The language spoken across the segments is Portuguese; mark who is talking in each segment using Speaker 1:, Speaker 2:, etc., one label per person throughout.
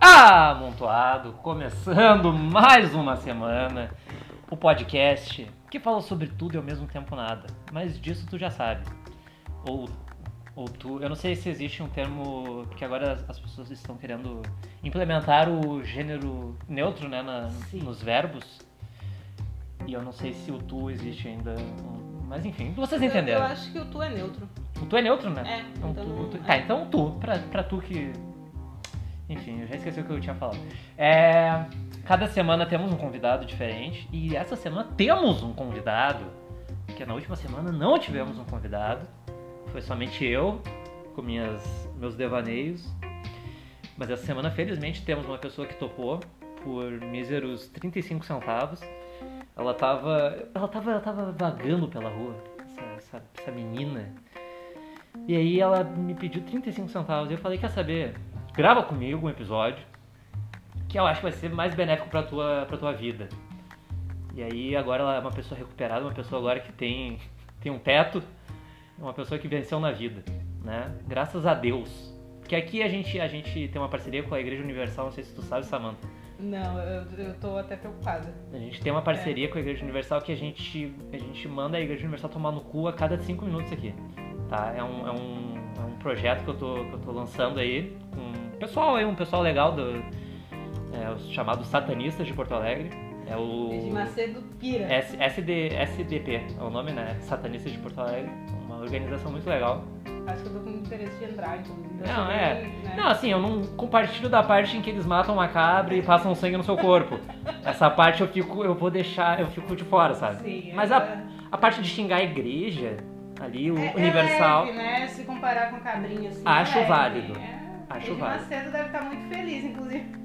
Speaker 1: Olá, amontoado! Começando mais uma semana, o podcast que fala sobre tudo e ao mesmo tempo nada. Mas disso tu já sabe. Ou, ou tu. Eu não sei se existe um termo. Porque agora as, as pessoas estão querendo implementar o gênero neutro né, na-
Speaker 2: Sim.
Speaker 1: nos verbos. E eu não sei se o tu existe ainda. um- Mas enfim, vocês
Speaker 2: Eu- Eu,
Speaker 1: entenderam.
Speaker 2: acho que o tu é neutro.
Speaker 1: O tu é neutro, né?
Speaker 2: É,
Speaker 1: Então,
Speaker 2: então
Speaker 1: tu,
Speaker 2: não-
Speaker 1: tu- tá, então tu, pra, pra tu que. Enfim, eu já esqueci o que eu tinha falado. É, cada semana temos um convidado diferente e essa semana temos um convidado, porque na última semana não tivemos um convidado, foi somente eu com minhas, meus devaneios. Mas essa semana, felizmente, temos uma pessoa que topou por míseros 35 centavos. Ela tava, ela tava, ela tava vagando pela rua, essa, essa, essa menina. E aí ela me pediu 35 centavos. E eu falei, quer saber? Grava comigo um episódio que eu acho que vai ser mais benéfico pra tua, pra tua vida. E aí agora ela é uma pessoa recuperada, uma pessoa agora que tem, tem um teto, uma pessoa que venceu na vida, né? Graças a Deus. Porque aqui a gente, a gente tem uma parceria com a Igreja Universal, não sei se tu sabe, Samantha.
Speaker 2: Não, eu, eu tô até preocupada.
Speaker 1: A gente tem uma parceria
Speaker 2: É.
Speaker 1: com a Igreja Universal que a gente, a gente manda a Igreja Universal tomar no cu a cada cinco minutos aqui. Tá? É um, é um, é um projeto que eu, tô, que eu tô lançando aí com um pessoal aí, um pessoal legal do. É, os chamados satanistas de Porto Alegre. É o. É.
Speaker 2: De Macedo Pira.
Speaker 1: S- SD, SDP é o nome, né? Satanistas de Porto Alegre. Uma organização muito legal.
Speaker 2: Acho que eu tô com interesse de entrar, inclusive. Eu
Speaker 1: Não,
Speaker 2: sou
Speaker 1: é.
Speaker 2: bem, né?
Speaker 1: Não, assim, eu não compartilho da parte em que eles matam uma cabra e passam sangue no seu corpo. Essa parte eu fico, eu vou deixar, eu fico de fora, sabe?
Speaker 2: Sim,
Speaker 1: Mas
Speaker 2: é-
Speaker 1: a, a parte de xingar a igreja, ali, o
Speaker 2: é- é
Speaker 1: universal.
Speaker 2: leve, né? Se comparar com cabrinha assim.
Speaker 1: Acho
Speaker 2: é leve,
Speaker 1: válido.
Speaker 2: né?
Speaker 1: Acho
Speaker 2: Edir
Speaker 1: válido.
Speaker 2: Macedo deve estar muito feliz, inclusive.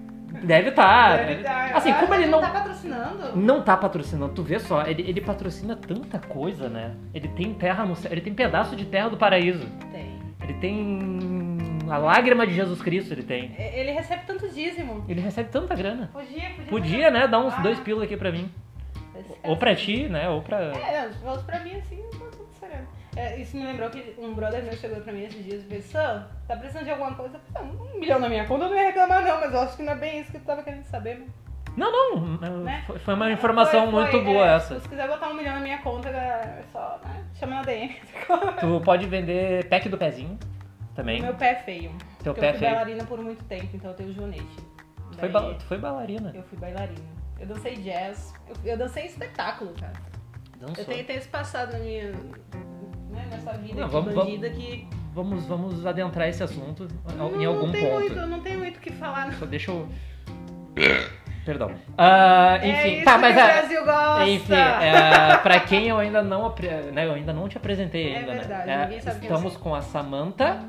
Speaker 1: Deve estar.
Speaker 2: Deve tá-
Speaker 1: Assim,
Speaker 2: Eu
Speaker 1: como
Speaker 2: acho
Speaker 1: ele
Speaker 2: que
Speaker 1: não.
Speaker 2: tá patrocinando?
Speaker 1: Não tá patrocinando, tu vê só, ele, ele patrocina tanta coisa, né? Ele tem terra no céu, ele tem pedaço de terra do paraíso.
Speaker 2: Tem.
Speaker 1: Ele tem. a lágrima de Jesus Cristo, ele tem.
Speaker 2: É, Ele recebe tanto dízimo.
Speaker 1: Ele recebe tanta grana.
Speaker 2: Podia, podia.
Speaker 1: Podia, né, dar uns
Speaker 2: Ah.
Speaker 1: dois pila aqui pra mim.
Speaker 2: Esse cara-
Speaker 1: Ou pra ti, né? Ou pra.
Speaker 2: É, os votos pra mim, assim, tá tudo sereno. É, isso me lembrou que um brother meu chegou pra mim esses dias e disse, Sam, tá precisando de alguma coisa? Eu falei, "Ah, um milhão na minha conta, eu não ia reclamar não, mas eu acho que não é bem isso que tu tava querendo saber. Mas...
Speaker 1: Não, não.
Speaker 2: Né?
Speaker 1: foi- Foi uma informação
Speaker 2: Foi, foi,
Speaker 1: muito boa
Speaker 2: é,
Speaker 1: essa.
Speaker 2: Se quiser botar um milhão na minha conta, é só, né, chama na DM.
Speaker 1: Tu pode vender pack do pezinho também.
Speaker 2: Meu pé é feio.
Speaker 1: Teu
Speaker 2: Porque
Speaker 1: pé é
Speaker 2: eu fui
Speaker 1: feio.
Speaker 2: bailarina por muito tempo, então eu tenho joanete.
Speaker 1: Tu foi,
Speaker 2: Daí,
Speaker 1: ba- tu foi bailarina.
Speaker 2: Eu fui bailarina. Eu dancei jazz, eu, eu dancei espetáculo, cara.
Speaker 1: Dançou.
Speaker 2: Eu tenho, tenho esse passado na minha... Né, nessa vida
Speaker 1: Não,
Speaker 2: de
Speaker 1: vamos- vamos-
Speaker 2: bandida que...
Speaker 1: Vamos, vamos adentrar esse assunto
Speaker 2: Não-
Speaker 1: em algum
Speaker 2: não tem
Speaker 1: ponto.
Speaker 2: Muito, não tem muito o que falar. não.
Speaker 1: Só deixa eu. Perdão. Ah,
Speaker 2: é
Speaker 1: enfim,
Speaker 2: isso
Speaker 1: tá,
Speaker 2: que
Speaker 1: mas
Speaker 2: o
Speaker 1: a.
Speaker 2: Brasil gosta.
Speaker 1: Enfim, é, pra quem eu ainda não apre- né, eu ainda não te apresentei
Speaker 2: É
Speaker 1: ainda,
Speaker 2: verdade,
Speaker 1: né?
Speaker 2: ninguém sabe quem é. eu
Speaker 1: estamos com a Samantha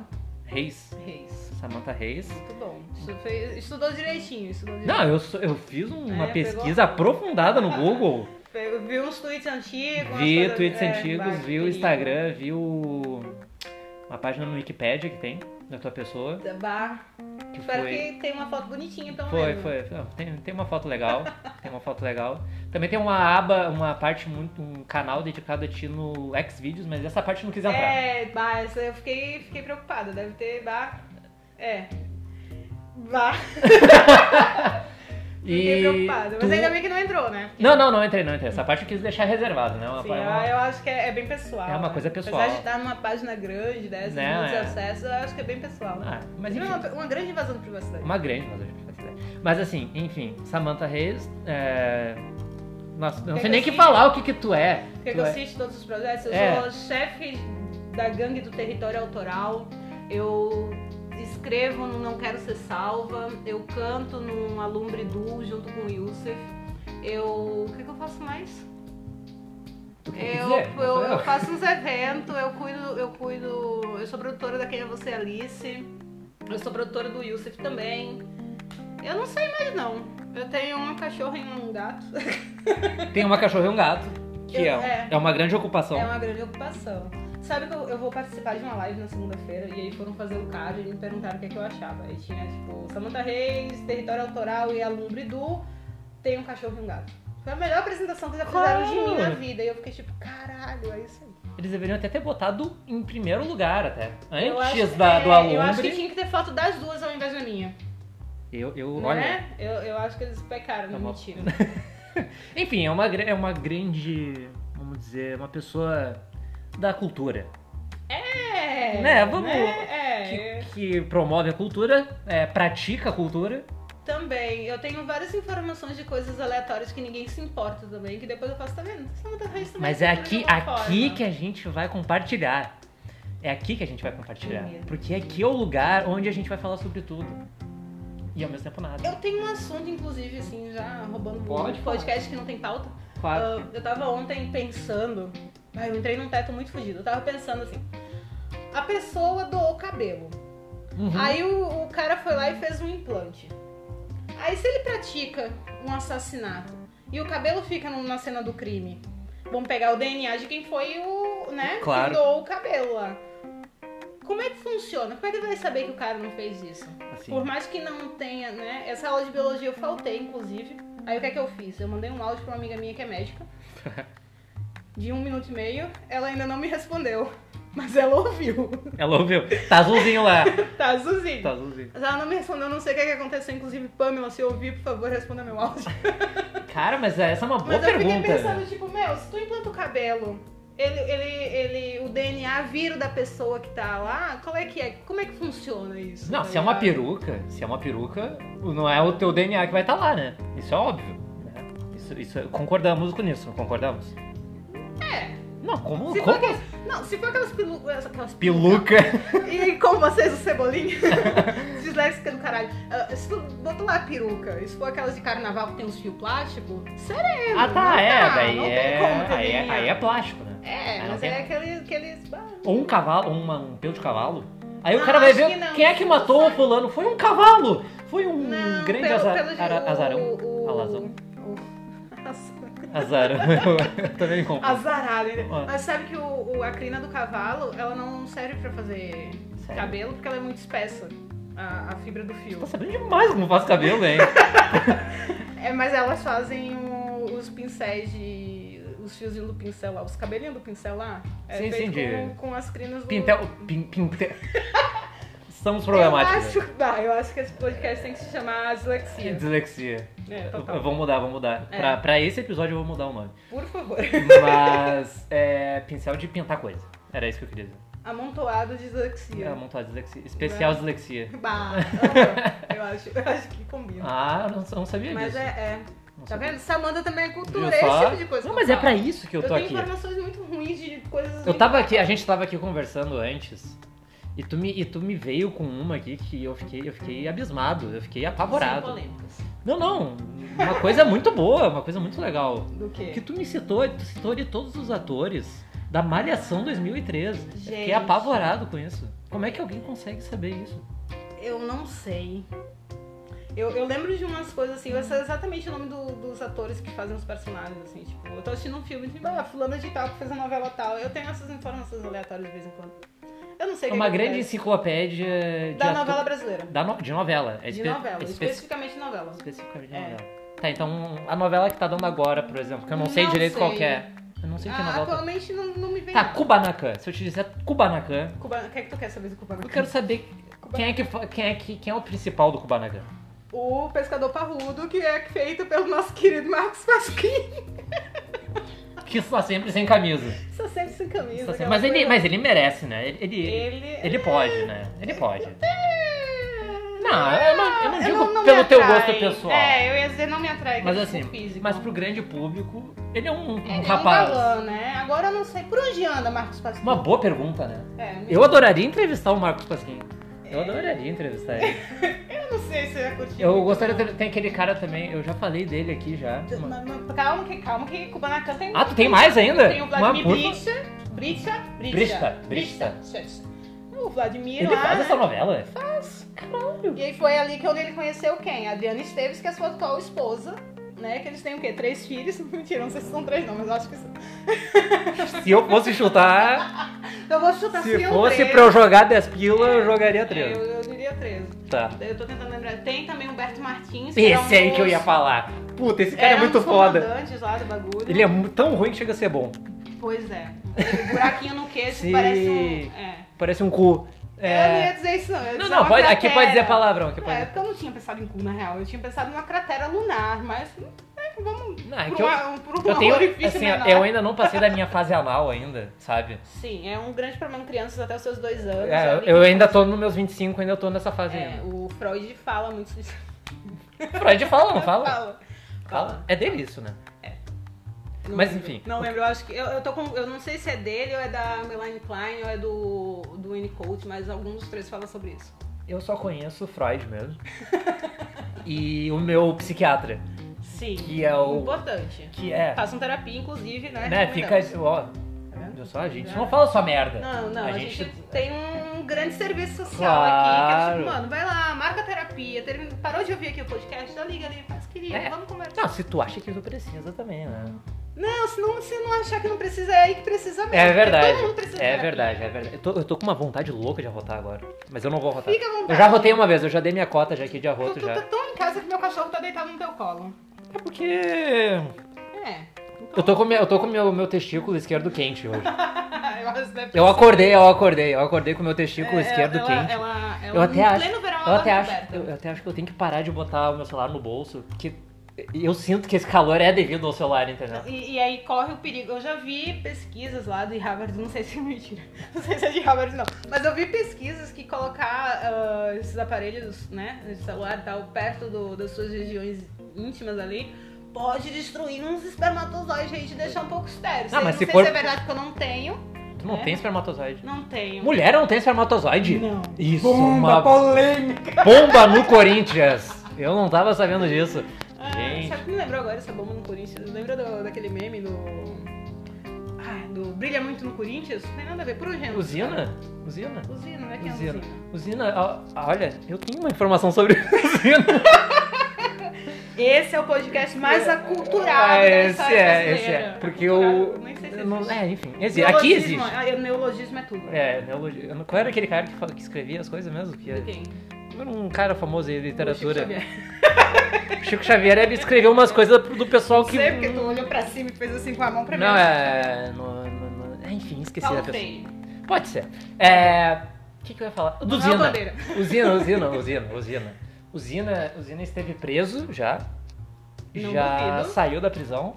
Speaker 1: Reis.
Speaker 2: Reis,
Speaker 1: Samantha Reis.
Speaker 2: É muito bom. Isso foi- Estudou direitinho, estudou direitinho.
Speaker 1: Não, eu, sou- eu fiz um, uma
Speaker 2: É,
Speaker 1: pesquisa aprofundada no Google.
Speaker 2: Eu vi uns tweets antigos. umas
Speaker 1: Vi
Speaker 2: coisas-
Speaker 1: tweets
Speaker 2: é,
Speaker 1: antigos,
Speaker 2: vai,
Speaker 1: vi o
Speaker 2: perigo.
Speaker 1: Instagram, vi o... uma página no Wikipedia que tem da tua pessoa.
Speaker 2: Bah,
Speaker 1: Que
Speaker 2: espero
Speaker 1: foi...
Speaker 2: que tenha uma foto bonitinha, pelo
Speaker 1: Foi,
Speaker 2: menos.
Speaker 1: foi. Não, Tem, tem uma foto legal. tem uma foto legal. Também tem uma aba, uma parte muito. um canal dedicado a ti no Xvideos, mas tá. essa parte eu não quis entrar.
Speaker 2: É, bah, essa eu fiquei, fiquei preocupada. Deve ter, bah. É. Bah, fiquei preocupada. Mas
Speaker 1: tu-
Speaker 2: ainda bem que não entrou, né?
Speaker 1: Não, não, não entrei, não entrei. Essa parte eu quis deixar reservada, né? Uma,
Speaker 2: Sim,
Speaker 1: pa- uma-
Speaker 2: ah, eu acho que é, é bem pessoal.
Speaker 1: É uma
Speaker 2: né?
Speaker 1: coisa pessoal.
Speaker 2: Apesar de estar numa página grande assim, dessas,
Speaker 1: Né,
Speaker 2: muitos
Speaker 1: é.
Speaker 2: acessos, eu acho que é bem pessoal.
Speaker 1: Ah, mas enfim.
Speaker 2: Não, uma, uma grande invasão de privacidade.
Speaker 1: Uma grande mas eu já faço ideia. Mas assim, enfim, Samantha Reis. É... Nossa, eu não sei
Speaker 2: Quer que
Speaker 1: nem
Speaker 2: eu
Speaker 1: que
Speaker 2: cite?
Speaker 1: falar o que, que tu é.
Speaker 2: Porque
Speaker 1: Tu
Speaker 2: eu
Speaker 1: é-
Speaker 2: assisto todos os projetos, eu
Speaker 1: É.
Speaker 2: sou chefe da gangue do território autoral, eu escrevo no Não Quero Ser Salva, eu canto no Alumbre Du junto com o Youssef. Eu. O que, que eu faço mais?
Speaker 1: tu quer dizer?
Speaker 2: Eu,
Speaker 1: Não
Speaker 2: eu,
Speaker 1: sou eu.
Speaker 2: eu faço uns eventos, eu cuido, eu cuido. Eu sou produtora da Quem é Você Alice. Eu sou produtora do Youssef também. Eu não sei mais não. Eu tenho uma cachorra e um gato.
Speaker 1: Tem uma cachorra e um gato, que
Speaker 2: Eu-
Speaker 1: é, um-
Speaker 2: é.
Speaker 1: é uma grande ocupação.
Speaker 2: É uma grande ocupação. Sabe que eu, eu vou participar de uma live na segunda-feira e aí foram fazer o card e me perguntaram o que, é que eu achava. Aí tinha, tipo, Samantha Reis, Território Autoral e Alumbre Du, tem um cachorro e um gato. Foi a melhor apresentação que já fizeram de mim na
Speaker 1: Claro.
Speaker 2: vida. E eu fiquei tipo, caralho, é isso aí.
Speaker 1: Eles deveriam até ter botado em primeiro lugar, até.
Speaker 2: Eu
Speaker 1: Antes
Speaker 2: acho-
Speaker 1: da, do
Speaker 2: é, Eu acho que
Speaker 1: Alumbre.
Speaker 2: tinha que ter foto das duas ao invés da minha.
Speaker 1: Eu, eu olha.
Speaker 2: Né? Eu, eu acho que eles pecaram
Speaker 1: Tá
Speaker 2: na
Speaker 1: bom.
Speaker 2: mentira.
Speaker 1: Enfim, é uma, gr- é uma grande, vamos dizer, uma pessoa da cultura.
Speaker 2: É.
Speaker 1: Né, vamos-
Speaker 2: né? É.
Speaker 1: Que, que promove a cultura, é, pratica a cultura.
Speaker 2: Também. Eu tenho várias informações de coisas aleatórias que ninguém se importa também, que depois eu faço, tá vendo? Samantha Reis também
Speaker 1: Mas
Speaker 2: se
Speaker 1: é
Speaker 2: importa de
Speaker 1: aqui,
Speaker 2: alguma
Speaker 1: aqui
Speaker 2: forma.
Speaker 1: que a gente vai compartilhar. É aqui que a gente vai compartilhar.
Speaker 2: É mesmo.
Speaker 1: Porque aqui é o lugar onde a gente vai falar sobre tudo. E ao mesmo tempo nada.
Speaker 2: Eu tenho um assunto, inclusive, assim, já roubando um
Speaker 1: é Pode falar.
Speaker 2: podcast que não tem pauta.
Speaker 1: Claro.
Speaker 2: Ah, eu tava ontem pensando. Ai, eu entrei num teto muito fugido. Eu tava pensando assim. A pessoa doou cabelo.
Speaker 1: Uhum.
Speaker 2: Aí o, o cara foi lá e fez um implante. Aí se ele pratica um assassinato e o cabelo fica no- na cena do crime, vamos pegar o DNA de quem foi o, né?
Speaker 1: Claro.
Speaker 2: Que doou o cabelo lá. Como é que funciona? Como é que vai saber que o cara não fez isso?
Speaker 1: Assim.
Speaker 2: Por mais que não tenha, né? Essa aula de biologia eu faltei, inclusive. Aí o que é que eu fiz? Eu mandei um áudio pra uma amiga minha que é médica. De um minuto e meio. Ela ainda não me respondeu. Mas ela ouviu.
Speaker 1: Ela ouviu. Tá azulzinho lá.
Speaker 2: Tá azulzinho.
Speaker 1: Tá azulzinho.
Speaker 2: Mas ela não me respondeu, eu não sei o que, é que aconteceu. Inclusive, Pamela, se eu ouvir, por favor, responda meu áudio.
Speaker 1: Cara, mas essa é uma boa
Speaker 2: Mas eu
Speaker 1: pergunta. né?
Speaker 2: fiquei pensando, tipo, meu, se tu implanta o cabelo, ele, ele, ele, o DNA vira o da pessoa que tá lá, qual é que é? Como é que funciona isso?
Speaker 1: Não,
Speaker 2: tá
Speaker 1: se é uma
Speaker 2: ligado?
Speaker 1: peruca, se é uma peruca, não é o teu DNA que vai estar lá, né? Isso é óbvio. né? Isso, isso- concordamos com isso, não concordamos?
Speaker 2: É.
Speaker 1: Não, como?
Speaker 2: Se for
Speaker 1: como?
Speaker 2: aquelas, não, se for aquelas pelucas. Aquelas
Speaker 1: Peluca.
Speaker 2: E com vocês o cebolinha. Disléxica do caralho. Ah, se tu botou lá a peruca, e se for aquelas de carnaval que tem uns fios plásticos, sereno.
Speaker 1: Ah,
Speaker 2: não
Speaker 1: tá, é. Daí
Speaker 2: não
Speaker 1: é,
Speaker 2: tem como ter
Speaker 1: aí, é,
Speaker 2: DNA.
Speaker 1: aí é plástico, né?
Speaker 2: É,
Speaker 1: Aí não
Speaker 2: mas
Speaker 1: tem-
Speaker 2: é aquele, aqueles. bah,
Speaker 1: Ou um cavalo, ou uma- um pelo de cavalo. Aí o
Speaker 2: Não,
Speaker 1: cara vai
Speaker 2: Ah, acho
Speaker 1: ver
Speaker 2: que não.
Speaker 1: quem é que matou o fulano. Foi um cavalo! Foi um
Speaker 2: Não,
Speaker 1: grande
Speaker 2: pelo,
Speaker 1: azar-
Speaker 2: pelo de- um
Speaker 1: ara-
Speaker 2: o-
Speaker 1: azarão.
Speaker 2: O,
Speaker 1: Alazão.
Speaker 2: o- azar-
Speaker 1: Azarão. Eu Também compro.
Speaker 2: Azarado, né?
Speaker 1: Ó.
Speaker 2: Mas sabe que o, o- a crina do cavalo, ela não serve pra fazer
Speaker 1: Sério?
Speaker 2: cabelo porque ela é muito espessa. A, a fibra do fio.
Speaker 1: Tá sabendo demais como faz cabelo, hein?
Speaker 2: É, mas elas fazem o- os pincéis de. os fiozinhos do pincel lá, os cabelinhos do pincel lá. É
Speaker 1: Sim,
Speaker 2: feito
Speaker 1: sim, de-
Speaker 2: com, com as crinas do.
Speaker 1: Pintel. Pin, pintel. Estamos
Speaker 2: eu
Speaker 1: problemáticos.
Speaker 2: acho, bah, eu acho que esse podcast tem que se chamar dislexia.
Speaker 1: Dislexia.
Speaker 2: É,
Speaker 1: Eu,
Speaker 2: total.
Speaker 1: eu vou mudar, vou mudar.
Speaker 2: É.
Speaker 1: Pra, pra esse episódio eu vou mudar o nome.
Speaker 2: Por favor.
Speaker 1: Mas é pincel de pintar coisa. Era isso que eu queria dizer.
Speaker 2: Amontoado de dislexia.
Speaker 1: Ela montou a dislexia. Especial dislexia.
Speaker 2: Bah, eu- eu acho, eu acho que combina.
Speaker 1: Ah, eu não, eu não sabia
Speaker 2: mas
Speaker 1: disso.
Speaker 2: é, é.
Speaker 1: Não
Speaker 2: Tá
Speaker 1: sabia.
Speaker 2: vendo? Samanta também é cultura,
Speaker 1: Viu
Speaker 2: é esse
Speaker 1: só?
Speaker 2: tipo de coisa.
Speaker 1: Não,
Speaker 2: que
Speaker 1: mas
Speaker 2: eu
Speaker 1: é pra
Speaker 2: falo.
Speaker 1: isso que eu tô
Speaker 2: tenho
Speaker 1: aqui.
Speaker 2: informações muito ruins de coisas.
Speaker 1: Eu tava aqui, a gente tava aqui conversando antes. E tu, me, e tu me veio com uma aqui que eu fiquei, eu fiquei abismado, eu fiquei
Speaker 2: Sem
Speaker 1: apavorado.
Speaker 2: polêmicas.
Speaker 1: Não, não. Uma coisa muito boa, uma coisa muito legal.
Speaker 2: Do quê?
Speaker 1: Que tu me citou, tu citou ali todos os atores da Malhação 2013. Eu
Speaker 2: Gente.
Speaker 1: Fiquei apavorado com isso. Como é que alguém consegue saber isso?
Speaker 2: Eu não sei. Eu, eu lembro de umas coisas assim, eu sei exatamente o nome do- dos atores que fazem os personagens, assim, tipo, eu tô assistindo um filme tipo, ah, fulana de tal que fez a novela tal. Eu tenho essas informações aleatórias de vez em quando. Eu não sei
Speaker 1: É
Speaker 2: o que
Speaker 1: uma
Speaker 2: que
Speaker 1: grande
Speaker 2: acontece.
Speaker 1: enciclopédia de
Speaker 2: Da
Speaker 1: ator-
Speaker 2: novela brasileira.
Speaker 1: da no- de novela. É
Speaker 2: De
Speaker 1: espe-
Speaker 2: novela,
Speaker 1: espe-
Speaker 2: especificamente novela.
Speaker 1: Especificamente de
Speaker 2: É.
Speaker 1: novela. Tá, então a novela que tá dando agora, por exemplo, que eu não sei
Speaker 2: Não
Speaker 1: direito
Speaker 2: sei.
Speaker 1: qual que é. Eu não sei que
Speaker 2: Ah,
Speaker 1: novela tá.
Speaker 2: atualmente não, não me vem.
Speaker 1: Tá,
Speaker 2: nada.
Speaker 1: Kubanacan. Se eu te disser Kubanacan,
Speaker 2: Cuba- O que é que tu quer saber do Cubanacan?
Speaker 1: eu quero saber quem é que fa- quem é que quem é o principal do Kubanacan.
Speaker 2: O Pescador Parrudo, que é feito pelo nosso querido Marcos Pasquim.
Speaker 1: Que está sempre sem camisa.
Speaker 2: Só sempre sem camisa.
Speaker 1: Está sempre-
Speaker 2: aquela
Speaker 1: Mas ele,
Speaker 2: coisa.
Speaker 1: mas ele merece, né? Ele, ele,
Speaker 2: Ele...
Speaker 1: ele pode, né? Ele pode.
Speaker 2: É.
Speaker 1: Não, eu não- eu não digo
Speaker 2: me
Speaker 1: pelo teu
Speaker 2: atrai.
Speaker 1: gosto pessoal.
Speaker 2: É, eu ia dizer não me atrai.
Speaker 1: Mas
Speaker 2: aquele
Speaker 1: assim,
Speaker 2: tipo físico.
Speaker 1: mas pro grande público, ele é um, um
Speaker 2: Ele é
Speaker 1: rapaz.
Speaker 2: galã, né? Agora eu não sei por onde anda Marcos Pasquim.
Speaker 1: Uma boa pergunta, né?
Speaker 2: É,
Speaker 1: Eu adoraria entrevistar o Marcos Pasquim. Eu
Speaker 2: É.
Speaker 1: adoraria entrevistar ele.
Speaker 2: eu não sei se eu ia curtir.
Speaker 1: Eu
Speaker 2: muito,
Speaker 1: gostaria
Speaker 2: não.
Speaker 1: de tem aquele cara também, eu já falei dele aqui já.
Speaker 2: Mas- mas Calma que, calma que Kubanacan tem...
Speaker 1: Ah, tu tem mais ainda?
Speaker 2: Tem o Vladimir
Speaker 1: Uma-
Speaker 2: Brista. Brista.
Speaker 1: Brista, Brista.
Speaker 2: Brista. O Vladimir
Speaker 1: Ele
Speaker 2: lá,
Speaker 1: faz
Speaker 2: né?
Speaker 1: essa novela?
Speaker 2: E aí foi ali que ele conheceu quem? A Adriana Esteves, que é a sua atual esposa, né? Que eles têm o quê? Três filhos? Mentira, não sei se são três não, mas eu acho que são.
Speaker 1: Se eu fosse chutar,
Speaker 2: Então, Eu vou chutar
Speaker 1: se
Speaker 2: eu
Speaker 1: fosse
Speaker 2: três.
Speaker 1: pra eu jogar 10 pila, eu jogaria
Speaker 2: Tá É,
Speaker 1: 3.
Speaker 2: eu, eu diria três.
Speaker 1: Tá.
Speaker 2: Eu tô tentando lembrar. Tem também Humberto Martins. era um
Speaker 1: Esse aí que eu
Speaker 2: dos-
Speaker 1: ia falar. Puta, esse cara
Speaker 2: era
Speaker 1: é
Speaker 2: um
Speaker 1: muito
Speaker 2: dos
Speaker 1: foda.
Speaker 2: comandantes lá do bagulho.
Speaker 1: Ele é mu- tão ruim que chega a ser bom.
Speaker 2: Pois é. Um buraquinho no queixo
Speaker 1: Se-
Speaker 2: parece um... É.
Speaker 1: Parece um cu.
Speaker 2: Eu não ia dizer isso, não. Eu ia
Speaker 1: Não,
Speaker 2: dizer
Speaker 1: não,
Speaker 2: uma
Speaker 1: pode, aqui pode dizer
Speaker 2: cratera.
Speaker 1: palavrão. Aqui pode
Speaker 2: É,
Speaker 1: dizer.
Speaker 2: porque eu não tinha pensado em cu, na real. Eu tinha pensado numa cratera lunar, mas é, vamos
Speaker 1: Não, é
Speaker 2: pra
Speaker 1: que eu,
Speaker 2: uma- pra um
Speaker 1: eu tenho.
Speaker 2: orifício
Speaker 1: Assim,
Speaker 2: menor.
Speaker 1: eu ainda não passei da minha fase anal ainda, sabe?
Speaker 2: Sim, é um grande problema em crianças até os seus dois anos.
Speaker 1: É,
Speaker 2: sabe?
Speaker 1: eu ainda tô nos meus 25, ainda tô nessa fase
Speaker 2: É,
Speaker 1: ainda.
Speaker 2: o Freud fala muito sobre isso.
Speaker 1: Freud fala, não fala?
Speaker 2: Fala.
Speaker 1: Fala. É dele isso, né?
Speaker 2: Não
Speaker 1: Mas,
Speaker 2: lembro.
Speaker 1: enfim.
Speaker 2: Não lembro, eu acho que. Eu, eu, tô com- eu não sei se é dele ou é da Melanie Klein ou é do, do Winnie Coach, mas algum dos três fala sobre isso.
Speaker 1: Eu só conheço o Freud mesmo. e o meu psiquiatra.
Speaker 2: Sim.
Speaker 1: Que é o-
Speaker 2: Importante.
Speaker 1: Que é.
Speaker 2: Façam terapia, inclusive, né?
Speaker 1: Né? Fica.
Speaker 2: Recomendamos.
Speaker 1: Ó,
Speaker 2: Tá vendo?
Speaker 1: viu só, a gente não fala só merda.
Speaker 2: Não, não, a,
Speaker 1: A
Speaker 2: gente...
Speaker 1: gente-
Speaker 2: tem um grande serviço social aqui, que é
Speaker 1: Claro.
Speaker 2: tipo, mano, vai lá, marca terapia, termina- parou de ouvir aqui o podcast, já liga ali, faz querido,
Speaker 1: É.
Speaker 2: vamos conversar.
Speaker 1: Não, se tu acha que tu precisa também, né?
Speaker 2: Não, se não, se não achar que não precisa, é aí que precisa mesmo.
Speaker 1: É
Speaker 2: porque
Speaker 1: verdade.
Speaker 2: Todo mundo precisa de
Speaker 1: É
Speaker 2: terapia.
Speaker 1: verdade, é verdade. Eu tô, eu tô com uma vontade louca de arrotar agora. Mas eu não vou arrotar.
Speaker 2: Fica à vontade.
Speaker 1: Eu já arrotei uma vez, eu já dei minha cota já aqui de
Speaker 2: Tu,
Speaker 1: arroto
Speaker 2: tu
Speaker 1: já.
Speaker 2: tá tão em casa que meu cachorro tá deitado no teu colo.
Speaker 1: É porque.
Speaker 2: É.
Speaker 1: Eu tô com, minha- eu tô com meu, meu testículo esquerdo quente hoje.
Speaker 2: eu acho que deve ter
Speaker 1: Eu
Speaker 2: sido-
Speaker 1: acordei, eu acordei, eu acordei com meu testículo
Speaker 2: É,
Speaker 1: esquerdo
Speaker 2: ela,
Speaker 1: quente.
Speaker 2: Ela, ela,
Speaker 1: eu até
Speaker 2: em
Speaker 1: acho.
Speaker 2: pleno verão,
Speaker 1: eu,
Speaker 2: ela tá
Speaker 1: até
Speaker 2: dorme
Speaker 1: acho
Speaker 2: aberta.
Speaker 1: eu, eu até acho que eu tenho que parar de botar o meu celular no bolso. Porque eu sinto que esse calor é devido ao celular, entendeu?
Speaker 2: E, e aí corre o perigo. Eu já vi pesquisas lá de Harvard, não sei se é mentira, não sei se é de Harvard não, mas eu vi pesquisas que colocar ah, esses aparelhos, né, de celular e tal, perto do- das suas regiões íntimas ali, pode destruir uns espermatozoides aí e te deixar um pouco estéreo.
Speaker 1: Ah,
Speaker 2: Sei-
Speaker 1: mas
Speaker 2: não
Speaker 1: se
Speaker 2: sei
Speaker 1: for-
Speaker 2: se é verdade porque eu não tenho,
Speaker 1: Tu não
Speaker 2: É.
Speaker 1: tem espermatozoide.
Speaker 2: não tenho.
Speaker 1: Mulher não tem espermatozoide?
Speaker 2: Não.
Speaker 1: Isso,
Speaker 2: Bomba
Speaker 1: uma
Speaker 2: polêmica.
Speaker 1: bomba no Corinthians. Eu não tava sabendo disso.
Speaker 2: Ah,
Speaker 1: Gente.
Speaker 2: sabe o que me lembrou agora essa bomba no Corinthians? Lembra do- daquele meme do. Ah, do Brilha Muito no Corinthians? Não tem nada a ver. Por exemplo.
Speaker 1: Usina? Usina?
Speaker 2: Usina, né? Que é
Speaker 1: Usina.
Speaker 2: usina.
Speaker 1: Usina, ó, olha, eu tenho uma informação sobre usina.
Speaker 2: Esse é o podcast mais aculturado
Speaker 1: Ah,
Speaker 2: da
Speaker 1: esse
Speaker 2: história
Speaker 1: é, esse
Speaker 2: brasileira.
Speaker 1: é. Porque
Speaker 2: Aculturado,
Speaker 1: eu.
Speaker 2: Nem sei se
Speaker 1: eu não-
Speaker 2: existe.
Speaker 1: é, enfim. Exi- aqui
Speaker 2: Neologismo,
Speaker 1: existe.
Speaker 2: ah, Neologismo é tudo.
Speaker 1: É, neologi- eu não- Qual era aquele cara que, fa- que escrevia as coisas mesmo? Que
Speaker 2: De
Speaker 1: era
Speaker 2: quem?
Speaker 1: era um cara famoso aí de
Speaker 2: O Chico
Speaker 1: literatura.
Speaker 2: Xavier.
Speaker 1: Chico Xavier, ele escreveu umas coisas pro- do pessoal
Speaker 2: Não
Speaker 1: que.
Speaker 2: sei porque tu olhou pra cima e fez assim com a mão pra mim. Tá
Speaker 1: Não, é. não- não- não- é, Enfim, esqueci
Speaker 2: Paulo
Speaker 1: da pessoa.
Speaker 2: Freire.
Speaker 1: Pode ser. É. O que, que eu ia falar? Do
Speaker 2: Manuel
Speaker 1: Zina.
Speaker 2: Bandeira.
Speaker 1: Usina, usina, usina, usina. Usina, usina esteve preso já.
Speaker 2: Não
Speaker 1: já
Speaker 2: duvido.
Speaker 1: saiu da prisão.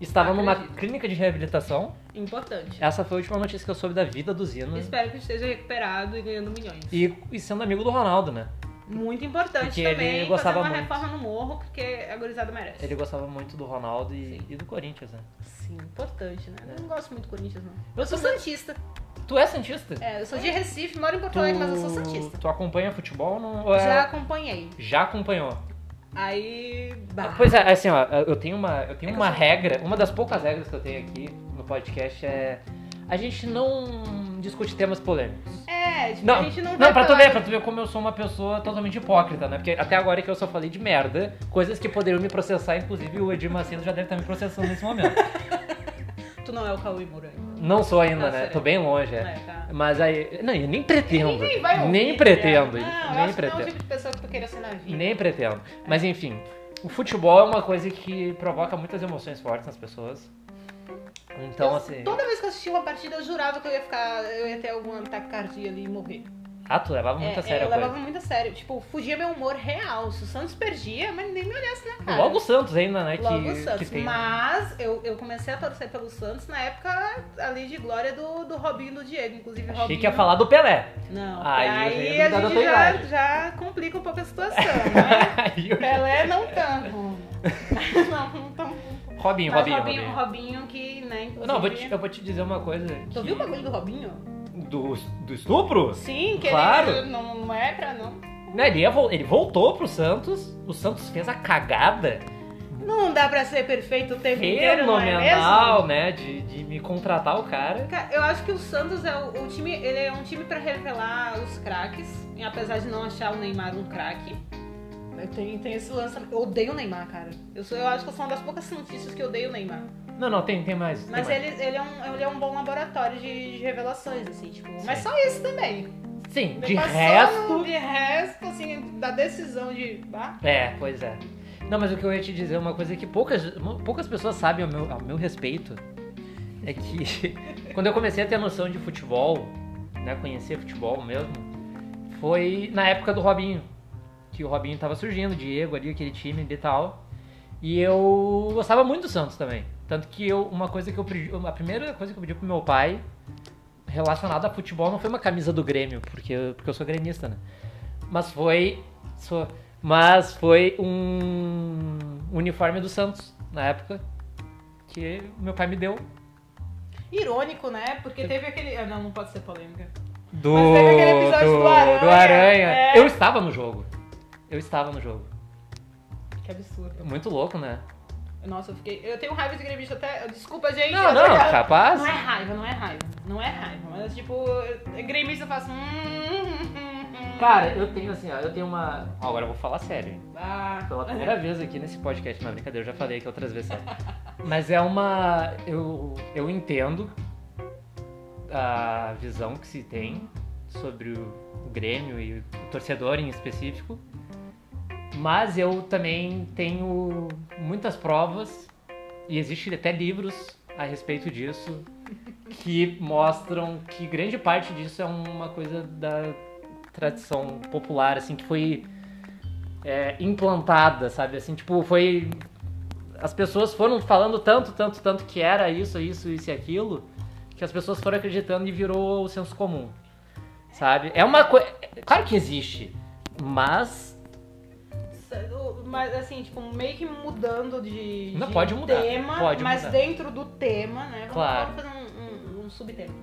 Speaker 1: Estava
Speaker 2: Não
Speaker 1: numa
Speaker 2: acredito.
Speaker 1: clínica de reabilitação.
Speaker 2: Importante.
Speaker 1: Essa foi a última notícia que eu soube da vida do Zina.
Speaker 2: Espero que esteja recuperado e ganhando milhões.
Speaker 1: E, e sendo amigo do Ronaldo, né?
Speaker 2: Muito importante
Speaker 1: Porque
Speaker 2: também
Speaker 1: ele gostava
Speaker 2: fazer uma
Speaker 1: muito.
Speaker 2: reforma no morro, porque a gurizada merece.
Speaker 1: Ele gostava muito do Ronaldo e,
Speaker 2: Sim.
Speaker 1: e do Corinthians, né?
Speaker 2: Sim, importante, né? Eu não gosto muito do Corinthians, não.
Speaker 1: Eu
Speaker 2: Eu sou
Speaker 1: também-
Speaker 2: santista.
Speaker 1: Tu é santista?
Speaker 2: É, eu sou de Recife, moro em Porto Alegre, mas eu sou santista.
Speaker 1: Tu acompanha futebol ou não? ou é-
Speaker 2: Já acompanhei.
Speaker 1: Já acompanhou.
Speaker 2: Aí. Bah.
Speaker 1: Pois é, assim, ó, eu tenho uma, eu tenho
Speaker 2: Tá. É que
Speaker 1: uma
Speaker 2: eu sou-
Speaker 1: regra, uma das poucas regras que eu tenho aqui no podcast é a gente não discute temas polêmicos.
Speaker 2: É, tipo, a
Speaker 1: Não,
Speaker 2: gente não
Speaker 1: não,
Speaker 2: vai
Speaker 1: pra tu
Speaker 2: falar-
Speaker 1: ver, pra tu ver como eu sou uma pessoa totalmente hipócrita, né? Porque até agora que eu só falei de merda, coisas que poderiam me processar, inclusive o Edir Macedo já deve estar me processando nesse momento.
Speaker 2: Tu não é o Cauê Moura.
Speaker 1: Não sou ainda,
Speaker 2: Tá Não,
Speaker 1: né?
Speaker 2: sério.
Speaker 1: Tô bem longe, é.
Speaker 2: É, tá.
Speaker 1: Mas aí. Não, eu nem pretendo.
Speaker 2: Ninguém vai ouvir,
Speaker 1: nem pretendo.
Speaker 2: né? Não, eu
Speaker 1: nem
Speaker 2: acho que não é o
Speaker 1: pretendo.
Speaker 2: tipo de pessoa que tu queira ser na vida.
Speaker 1: Nem pretendo. Mas enfim, o futebol é uma coisa que provoca muitas emoções fortes nas pessoas. Então,
Speaker 2: Eu-
Speaker 1: assim.
Speaker 2: Toda vez que eu assistia uma partida, eu jurava que eu ia ficar. Eu ia ter algum ataque cardíaco ali e morrer.
Speaker 1: Ah, tu levava muito
Speaker 2: É,
Speaker 1: a sério
Speaker 2: é,
Speaker 1: a
Speaker 2: eu
Speaker 1: coisa.
Speaker 2: levava muito a sério. Tipo, fugia meu humor real. Se o Santos perdia, mas nem me olhasse na cara.
Speaker 1: Logo o Santos ainda, né?
Speaker 2: Logo
Speaker 1: que,
Speaker 2: o Santos.
Speaker 1: que tem.
Speaker 2: Mas eu, eu comecei a torcer pelo Santos na época ali de glória do, do Robinho e do Diego. Inclusive,
Speaker 1: Achei
Speaker 2: Robinho.
Speaker 1: que ia falar do Pelé.
Speaker 2: Não.
Speaker 1: Aí
Speaker 2: Aí,
Speaker 1: eu já ia duvidar
Speaker 2: a
Speaker 1: da
Speaker 2: gente
Speaker 1: tua
Speaker 2: já,
Speaker 1: imagem.
Speaker 2: já complica um pouco a situação, né?
Speaker 1: Aí eu-
Speaker 2: Pelé não tanto. não, não tão.
Speaker 1: Robinho,
Speaker 2: Mas
Speaker 1: Robinho,
Speaker 2: Robinho,
Speaker 1: Robinho.
Speaker 2: Robinho que, né, inclusive...
Speaker 1: Não, eu vou te, eu vou te dizer uma coisa.
Speaker 2: Tu
Speaker 1: que-
Speaker 2: viu o bagulho do Robinho?
Speaker 1: Do, do estupro?
Speaker 2: Sim, que
Speaker 1: Claro.
Speaker 2: ele não, não é pra não...
Speaker 1: Né, ele, ia vol- ele voltou pro Santos. O Santos fez a cagada
Speaker 2: Não dá pra ser perfeito o tempo inteiro, não é mesmo?
Speaker 1: fenomenal, né? De, de me contratar o cara.
Speaker 2: Cara, Eu acho que o Santos é o, o time, ele é um time pra revelar os craques, e apesar de não achar o Neymar um craque. né, Tem, tem esse lance. Eu odeio o Neymar, cara. Eu, sou, eu acho que eu sou uma das poucas cientistas que odeio o Neymar.
Speaker 1: Não, não, tem, tem mais. tem
Speaker 2: Mas
Speaker 1: mais.
Speaker 2: ele, ele, é um, ele é um bom laboratório de, de revelações, assim, tipo. Mas
Speaker 1: Sim.
Speaker 2: só isso também.
Speaker 1: Sim, de
Speaker 2: Passando
Speaker 1: resto.
Speaker 2: De resto, assim, da decisão de. Ah,
Speaker 1: É, pois é. Não, mas o que eu ia te dizer é uma coisa que poucas, poucas pessoas sabem ao meu, ao meu respeito. É que quando eu comecei a ter noção de futebol, né? Conhecer futebol mesmo, foi na época do Robinho. Que o Robinho tava surgindo, o Diego ali, aquele time de tal. E eu gostava muito do Santos também. Tanto que eu, uma coisa que eu pedi- a primeira coisa que eu pedi pro meu pai relacionada a futebol não foi uma camisa do Grêmio, porque eu, porque eu sou gremista, né? Mas foi sou- mas foi um uniforme do Santos na época que meu pai me deu
Speaker 2: Irônico, né? Porque teve aquele. ah, Não, não pode ser polêmica.
Speaker 1: do
Speaker 2: Mas teve aquele episódio do Aranha,
Speaker 1: do Aranha.
Speaker 2: é.
Speaker 1: Eu estava no jogo. Eu estava no jogo.
Speaker 2: Que absurdo.
Speaker 1: Muito louco, né?
Speaker 2: Nossa, eu fiquei. Eu tenho raiva de gremista até. Desculpa, gente.
Speaker 1: Não,
Speaker 2: eu-
Speaker 1: não, tá
Speaker 2: eu-
Speaker 1: capaz.
Speaker 2: Não é raiva, não é raiva. Não é raiva. Mas tipo, gremista eu faço. hum, hum, hum, hum.
Speaker 1: Cara, eu tenho assim, ó, eu tenho uma. Ó, agora eu vou falar sério. hein?
Speaker 2: Ah.
Speaker 1: Pela primeira vez aqui nesse podcast, não é brincadeira, eu já falei aqui outras vezes. sabe? Mas é uma. Eu, eu entendo a visão que se tem sobre o, o Grêmio e o torcedor em específico. Mas eu também tenho muitas provas e existem até livros a respeito disso que mostram que grande parte disso é uma coisa da tradição popular, assim, que foi é, implantada, sabe? Assim, tipo, foi. As pessoas foram falando tanto, tanto, tanto que era isso, isso, isso e aquilo, que as pessoas foram acreditando e virou o senso comum. Sabe? É uma coisa. Claro que existe, mas.
Speaker 2: Mas assim, tipo, meio que mudando de,
Speaker 1: Não,
Speaker 2: de
Speaker 1: pode mudar,
Speaker 2: tema,
Speaker 1: pode
Speaker 2: mas
Speaker 1: mudar.
Speaker 2: dentro do tema, né? Vamos,
Speaker 1: Claro.
Speaker 2: vamos fazer um, um- um subtema.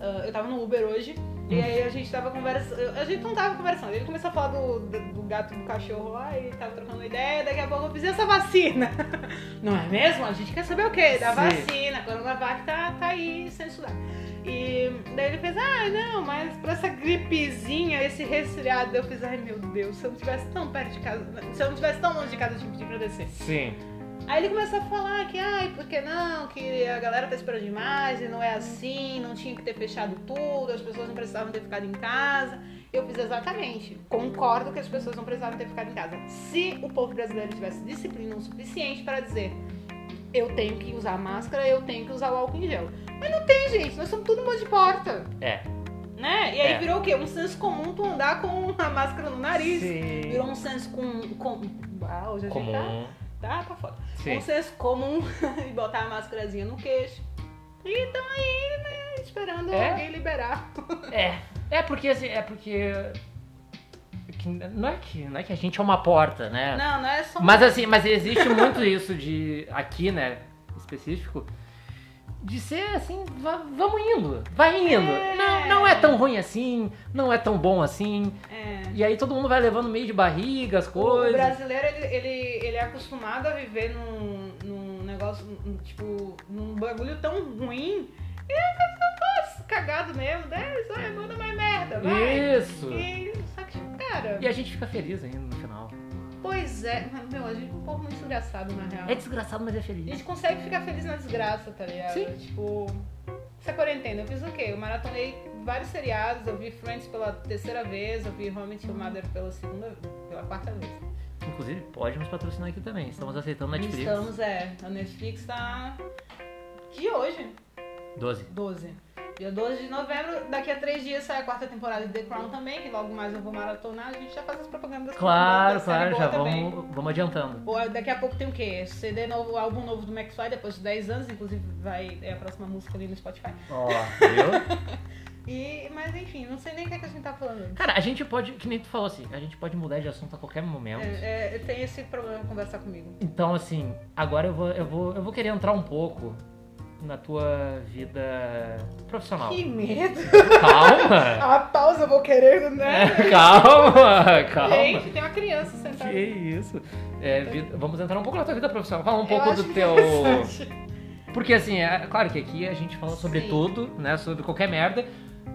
Speaker 2: Ah, eu tava no Uber hoje
Speaker 1: Hum.
Speaker 2: e aí a gente tava conversando. A gente não tava conversando, ele começou a falar do, do, do gato do cachorro lá e tava trocando ideia, daqui a pouco eu fiz "E essa vacina. Não é mesmo? A gente quer saber o quê? Da
Speaker 1: Sim.
Speaker 2: vacina, Coronavac tá, tá aí sendo estudada. E daí ele fez, ah, não, mas pra essa gripezinha, esse resfriado, eu fiz, ai meu Deus, se eu não tivesse tão perto de casa, se eu não tivesse tão longe de casa, eu tinha que pedir pra descer.
Speaker 1: Sim.
Speaker 2: Aí ele começou a falar que, ai, por que não, que a galera tá esperando demais e não é assim, não tinha que ter fechado tudo, as pessoas não precisavam ter ficado em casa. Eu fiz exatamente, concordo que as pessoas não precisavam ter ficado em casa. Se o povo brasileiro tivesse disciplina o suficiente pra dizer, eu tenho que usar máscara, eu tenho que usar o álcool em gel. Mas não tem, gente, nós somos tudo mão de porta.
Speaker 1: É.
Speaker 2: Né? E aí
Speaker 1: É.
Speaker 2: virou o quê? Um senso comum tu andar com a máscara no nariz.
Speaker 1: Sim.
Speaker 2: Virou um senso com... com... Ah, hoje a gente tá,
Speaker 1: Comum.
Speaker 2: tá, tá foda
Speaker 1: Sim.
Speaker 2: um senso comum e botar a máscarazinha no queixo. E tão aí, né, esperando
Speaker 1: É.
Speaker 2: alguém liberar.
Speaker 1: É. É porque assim, é porque. que Não é que, não é que a gente é uma porta, né?
Speaker 2: Não, não é só.
Speaker 1: Mas assim, mas existe muito isso de aqui, né, específico, de ser assim, va- vamos indo, vai indo.
Speaker 2: É.
Speaker 1: Não, não é tão ruim assim, não é tão bom assim.
Speaker 2: É.
Speaker 1: E aí todo mundo vai levando meio de barriga as
Speaker 2: O
Speaker 1: coisas.
Speaker 2: brasileiro, ele, ele, ele é acostumado a viver num, num negócio, num- tipo, num bagulho tão ruim. E aí você tá cagado mesmo, né? Só manda mais merda, vai.
Speaker 1: Isso.
Speaker 2: E, só que, tipo, cara,
Speaker 1: E a gente fica feliz ainda no final.
Speaker 2: pois é. Mas, meu, a gente é um povo muito desgraçado, na real.
Speaker 1: É desgraçado, mas é
Speaker 2: A
Speaker 1: feliz.
Speaker 2: gente consegue ficar feliz na desgraça, tá ligado?
Speaker 1: Sim.
Speaker 2: Tipo, essa quarentena, eu fiz o quê? Eu maratonei vários seriados, eu vi Friends pela terceira vez, eu vi Home and Your Mother pela segunda, pela quarta vez.
Speaker 1: Inclusive, pode nos patrocinar aqui também. Estamos aceitando Netflix.
Speaker 2: Estamos, é, a Netflix tá de hoje,
Speaker 1: 12.
Speaker 2: 12. Dia 12 de novembro, daqui a três dias sai a quarta temporada de The Crown também, que logo mais eu vou maratonar, a gente já faz as propagandas.
Speaker 1: Claro,
Speaker 2: da série
Speaker 1: claro,
Speaker 2: boa
Speaker 1: já
Speaker 2: também.
Speaker 1: vamos, vamos adiantando.
Speaker 2: Ou é, daqui a pouco tem o quê? CD novo, álbum novo do McFly, depois de 10 anos, inclusive vai, é a próxima música ali no Spotify.
Speaker 1: Ó, viu?
Speaker 2: E, mas enfim, não sei nem o que, é que a gente tá falando.
Speaker 1: Cara, a gente pode, que nem tu falou assim, a gente pode mudar de assunto a qualquer momento.
Speaker 2: É, é, tem esse problema de conversar comigo.
Speaker 1: Então, assim, agora eu vou, eu vou, eu vou querer entrar um pouco na tua vida profissional.
Speaker 2: Que medo!
Speaker 1: Calma!
Speaker 2: A pausa eu vou querendo, né?
Speaker 1: É, calma! Calma!
Speaker 2: Gente, tem uma criança sentada.
Speaker 1: Que isso? É, vi- vamos entrar um pouco na tua vida profissional. Fala um
Speaker 2: Eu
Speaker 1: pouco
Speaker 2: acho é
Speaker 1: do teu.
Speaker 2: interessante.
Speaker 1: Porque assim, é claro que aqui a gente fala sobre
Speaker 2: Sim.
Speaker 1: tudo, né? Sobre qualquer merda.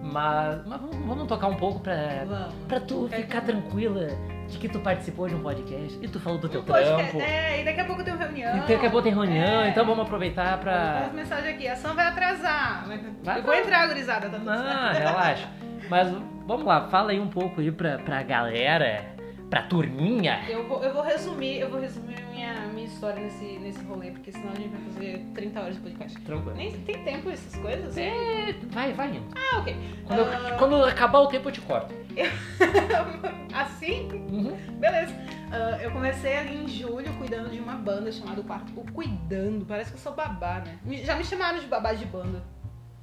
Speaker 1: Mas, mas vamos, vamos tocar um pouco pra,
Speaker 2: Vamos.
Speaker 1: pra tu
Speaker 2: Quer-
Speaker 1: ficar tranquila de que tu participou de um podcast e tu falou do teu
Speaker 2: Um podcast-
Speaker 1: trampo.
Speaker 2: É, e daqui a pouco tem uma reunião.
Speaker 1: E tu acabou de reunião,
Speaker 2: É.
Speaker 1: então vamos aproveitar pra.
Speaker 2: As mensagens aqui, a ação vai atrasar. mas-
Speaker 1: Vai,
Speaker 2: eu vou
Speaker 1: vai.
Speaker 2: entrar, gurizada, tá tudo
Speaker 1: Não,
Speaker 2: certo.
Speaker 1: Ah, relaxa. Mas vamos lá, fala aí um pouco aí pra, pra galera, pra turminha.
Speaker 2: Eu vou, eu vou resumir, eu vou resumir minha, minha minha história nesse, nesse rolê, porque senão a gente vai fazer 30 horas de podcast.
Speaker 1: Tranquilo.
Speaker 2: Nem tem tempo essas coisas?
Speaker 1: É, vai, vai indo.
Speaker 2: Ah, ok.
Speaker 1: Quando, eu- quando acabar o tempo, eu te corto.
Speaker 2: assim,
Speaker 1: Uhum.
Speaker 2: beleza. Ah, eu comecei ali em julho cuidando de uma banda chamada O Quarto. O Cuidando, parece que eu sou babá, né? Me- Já me chamaram de babá de banda.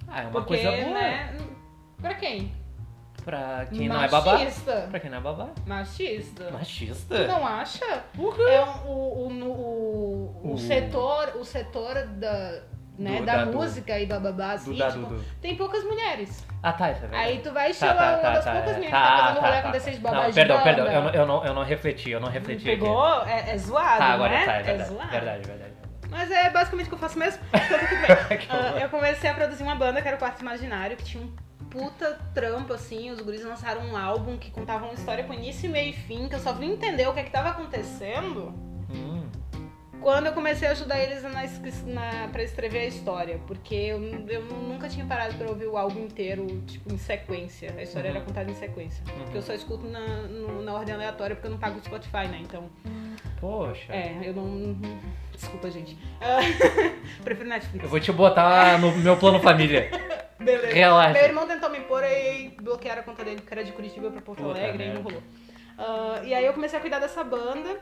Speaker 1: Ah, é uma
Speaker 2: Porque,
Speaker 1: coisa boa.
Speaker 2: né? Pra quem?
Speaker 1: Pra quem não é babá.
Speaker 2: Machista.
Speaker 1: Pra quem não é babá.
Speaker 2: Machista.
Speaker 1: Machista.
Speaker 2: Não acha?
Speaker 1: Uhum.
Speaker 2: É um- o, o, no- o, o
Speaker 1: O-
Speaker 2: setor, o setor da, né,
Speaker 1: Do-
Speaker 2: da,
Speaker 1: da- do-
Speaker 2: música e bababá,
Speaker 1: Do
Speaker 2: assim,
Speaker 1: da
Speaker 2: tipo,
Speaker 1: Dudu.
Speaker 2: tem poucas mulheres.
Speaker 1: É. Ah, tá, isso é verdade.
Speaker 2: Aí tu vai
Speaker 1: Tá,
Speaker 2: chamar
Speaker 1: tá,
Speaker 2: uma
Speaker 1: tá,
Speaker 2: das
Speaker 1: tá,
Speaker 2: poucas
Speaker 1: é.
Speaker 2: meninas
Speaker 1: tá,
Speaker 2: que tá fazendo
Speaker 1: tá,
Speaker 2: rolê
Speaker 1: tá,
Speaker 2: com
Speaker 1: tá.
Speaker 2: desses babá
Speaker 1: Não,
Speaker 2: de
Speaker 1: perdão,
Speaker 2: banda.
Speaker 1: perdão. Eu não, eu, não, eu não refleti, eu não refleti aqui.
Speaker 2: Pegou? É, é zoado,
Speaker 1: Tá, agora
Speaker 2: né?
Speaker 1: tá, é verdade.
Speaker 2: zoado.
Speaker 1: verdade, verdade.
Speaker 2: Mas é basicamente o que eu faço mesmo. Então, tudo bem.
Speaker 1: Que
Speaker 2: Ah,
Speaker 1: horror.
Speaker 2: eu comecei a produzir uma banda que era o Quarto Imaginário, que tinha um puta trampo, assim. Os guris lançaram um álbum que contava uma história com início, meio e fim, que eu só vim entender o que é que tava acontecendo
Speaker 1: Hum,
Speaker 2: quando eu comecei a ajudar eles na, escri- na, pra escrever a história. Porque eu, eu nunca tinha parado pra ouvir o álbum inteiro, tipo, em sequência. A história
Speaker 1: Uhum.
Speaker 2: era contada em sequência.
Speaker 1: Uhum.
Speaker 2: Porque eu só escuto na, no- na ordem aleatória, porque eu não pago o Spotify, né? Então...
Speaker 1: poxa.
Speaker 2: É, eu não. Desculpa, gente. Ah, Prefiro Netflix.
Speaker 1: Eu vou te botar no meu plano família.
Speaker 2: Beleza. Meu
Speaker 1: Relaxa.
Speaker 2: irmão tentou me pôr e bloquearam a conta dele, porque era de Curitiba pra Porto
Speaker 1: Puta
Speaker 2: Alegre, e
Speaker 1: merda.
Speaker 2: não rolou. Ah, e aí eu comecei a cuidar dessa banda.